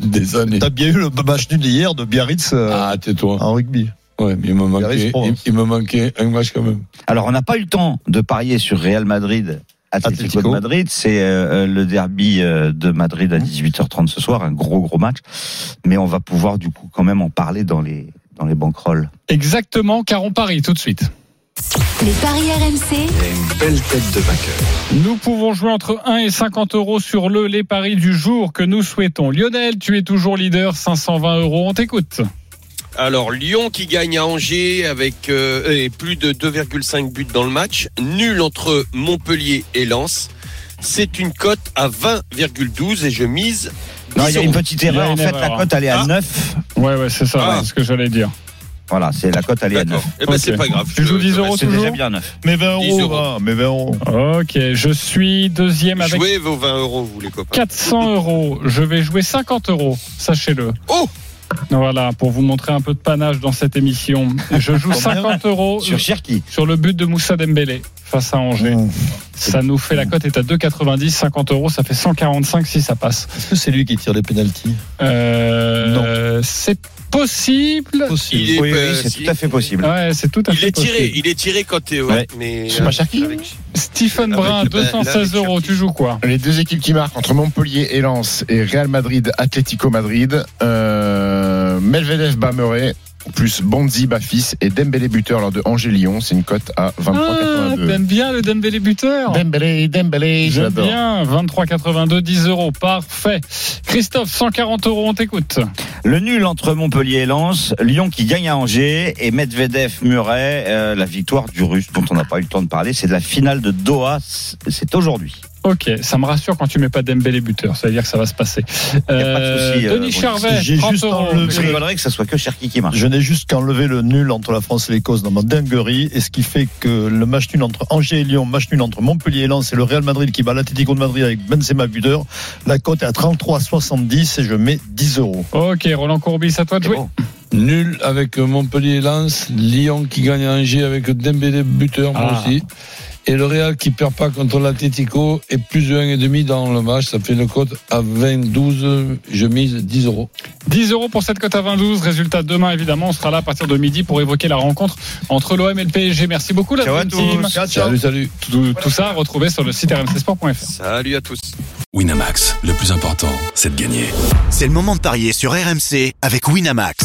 [SPEAKER 7] des années.
[SPEAKER 6] T'as bien eu le match nul d'hier de Biarritz euh,
[SPEAKER 7] Ah, tais-toi.
[SPEAKER 6] en rugby.
[SPEAKER 7] Ouais, mais il me manquait,
[SPEAKER 6] Biarritz,
[SPEAKER 7] il,
[SPEAKER 6] Provence.
[SPEAKER 7] il me manquait un match quand même.
[SPEAKER 5] Alors, on n'a pas eu le temps de parier sur Real Madrid. Atlético de
[SPEAKER 6] Atlético.
[SPEAKER 5] Madrid, c'est euh, le derby euh, de Madrid à 18h30 ce soir, un gros gros match. Mais on va pouvoir du coup quand même en parler dans les dans les bankrolls.
[SPEAKER 1] Exactement, car on parie tout de suite.
[SPEAKER 2] les paris RMC,
[SPEAKER 1] Nous pouvons jouer entre 1 et 50 euros sur le les paris du jour que nous souhaitons. Lionel, tu es toujours leader, 520 euros, on t'écoute.
[SPEAKER 3] Alors Lyon qui gagne à Angers avec euh, et plus de 2,5 buts dans le match, nul entre Montpellier et Lens. C'est une cote à 20,12 et je mise.
[SPEAKER 5] Non,
[SPEAKER 3] 10
[SPEAKER 5] il y a
[SPEAKER 3] euros.
[SPEAKER 5] une petite
[SPEAKER 1] Il y a
[SPEAKER 5] erreur.
[SPEAKER 1] une
[SPEAKER 5] en fait,
[SPEAKER 1] erreur.
[SPEAKER 5] la cote elle est à
[SPEAKER 3] Ah.
[SPEAKER 5] 9.
[SPEAKER 1] Ouais, ouais, c'est ça,
[SPEAKER 3] Ah.
[SPEAKER 1] ouais, c'est ce que j'allais dire.
[SPEAKER 5] Voilà, c'est la cote alien.
[SPEAKER 3] D'accord. Eh ben,
[SPEAKER 1] Ok.
[SPEAKER 3] c'est pas grave.
[SPEAKER 1] Tu
[SPEAKER 3] Je-
[SPEAKER 1] joues 10 euros
[SPEAKER 5] C'est
[SPEAKER 1] toujours
[SPEAKER 5] déjà bien neuf.
[SPEAKER 6] Mais 20
[SPEAKER 3] 10
[SPEAKER 6] euros,
[SPEAKER 3] euros.
[SPEAKER 6] va, mais 20 euros.
[SPEAKER 1] Ok, je suis deuxième avec
[SPEAKER 3] Jouez vos 20 euros, vous, les copains.
[SPEAKER 1] 400 euros. Je vais jouer 50 euros, sachez-le.
[SPEAKER 3] Oh
[SPEAKER 1] Voilà, pour vous montrer un peu de panache dans cette émission. Je joue 50 euros
[SPEAKER 5] Sur Cherki.
[SPEAKER 1] sur le but de Moussa Dembélé face à Angers. Ça nous fait la cote est à 2,90, 50 euros, ça fait 145 si ça passe.
[SPEAKER 6] Est-ce que c'est lui qui tire les pénalties
[SPEAKER 1] Euh, C'est possible.
[SPEAKER 3] Il est,
[SPEAKER 5] Oui,
[SPEAKER 3] euh,
[SPEAKER 5] oui, c'est
[SPEAKER 3] il-
[SPEAKER 5] tout à fait possible.
[SPEAKER 1] Ouais, c'est tout à
[SPEAKER 3] Il
[SPEAKER 1] fait
[SPEAKER 3] est tiré,
[SPEAKER 1] possible.
[SPEAKER 3] il est tiré quand t'es.
[SPEAKER 5] Ouais.
[SPEAKER 3] Mais. euh,
[SPEAKER 4] C'est pas Cherki
[SPEAKER 3] Avec-
[SPEAKER 1] Stephen
[SPEAKER 3] Avec
[SPEAKER 1] Brun,
[SPEAKER 3] le- là, avec
[SPEAKER 1] 216 euros.
[SPEAKER 3] Cherki.
[SPEAKER 1] Tu joues quoi
[SPEAKER 4] Les deux équipes qui marquent entre Montpellier et Lens et Real Madrid, Atlético Madrid, euh, Melvedev Bameret, plus Bonzi Bafis et Dembélé buteur lors de Angers-Lyon, c'est une cote à
[SPEAKER 1] Ah,
[SPEAKER 4] 23,82.
[SPEAKER 1] t'aimes bien le Dembélé buteur
[SPEAKER 4] Dembélé, Dembélé,
[SPEAKER 1] Ah, J'aime
[SPEAKER 4] j'adore.
[SPEAKER 1] bien, 23,82, 10 euros, parfait. Christophe, 140 euros, on t'écoute.
[SPEAKER 5] Le nul entre Montpellier et Lens, Lyon qui gagne à Angers et Medvedev Muret, euh, la victoire du Russe dont on n'a pas eu le temps de parler, c'est de la finale de Doha, c'est c'est aujourd'hui.
[SPEAKER 1] Ok, ça me rassure quand tu mets pas Dembélé buteur, ça veut dire que ça va se passer.
[SPEAKER 5] pas de souci, euh,
[SPEAKER 1] Denis
[SPEAKER 5] bon,
[SPEAKER 1] Charvet,
[SPEAKER 6] j'ai
[SPEAKER 1] 30
[SPEAKER 6] juste
[SPEAKER 1] euros.
[SPEAKER 6] enlevé-
[SPEAKER 5] Je rigolerais que ça soit que Cherki qui marche.
[SPEAKER 6] Je n'ai juste qu'à enlever le nul entre la France et l'Écosse dans ma dinguerie, et ce qui fait que le match nul entre Angers et Lyon, match nul entre Montpellier et Lens, et le Real Madrid qui bat l'Atlético de Madrid avec Benzema buteur, la cote est à 33,70 et je mets 10 euros.
[SPEAKER 1] Ok, Roland Courbis, à toi de
[SPEAKER 5] C'est
[SPEAKER 1] jouer.
[SPEAKER 5] bon.
[SPEAKER 7] Nul avec Montpellier-Lens, Lyon qui gagne à Angers avec Dembélé buteur, moi
[SPEAKER 1] Ah.
[SPEAKER 7] aussi. Et le Real qui perd pas contre l'Atlético et plus de 1,5 dans le match, ça fait le cote à 20-12, je mise 10 euros.
[SPEAKER 1] 10 euros pour cette cote à 22. Résultat demain, évidemment, on sera là à partir de midi pour évoquer la rencontre entre l'OM et le PSG. Merci beaucoup, la
[SPEAKER 5] Ciao à
[SPEAKER 1] Dream Team.
[SPEAKER 7] Salut, salut.
[SPEAKER 1] Tout, tout ça à retrouver sur le site rmcsport.fr.
[SPEAKER 3] Salut à tous.
[SPEAKER 10] Winamax, le plus important, c'est de gagner.
[SPEAKER 11] C'est le moment de parier sur RMC avec Winamax.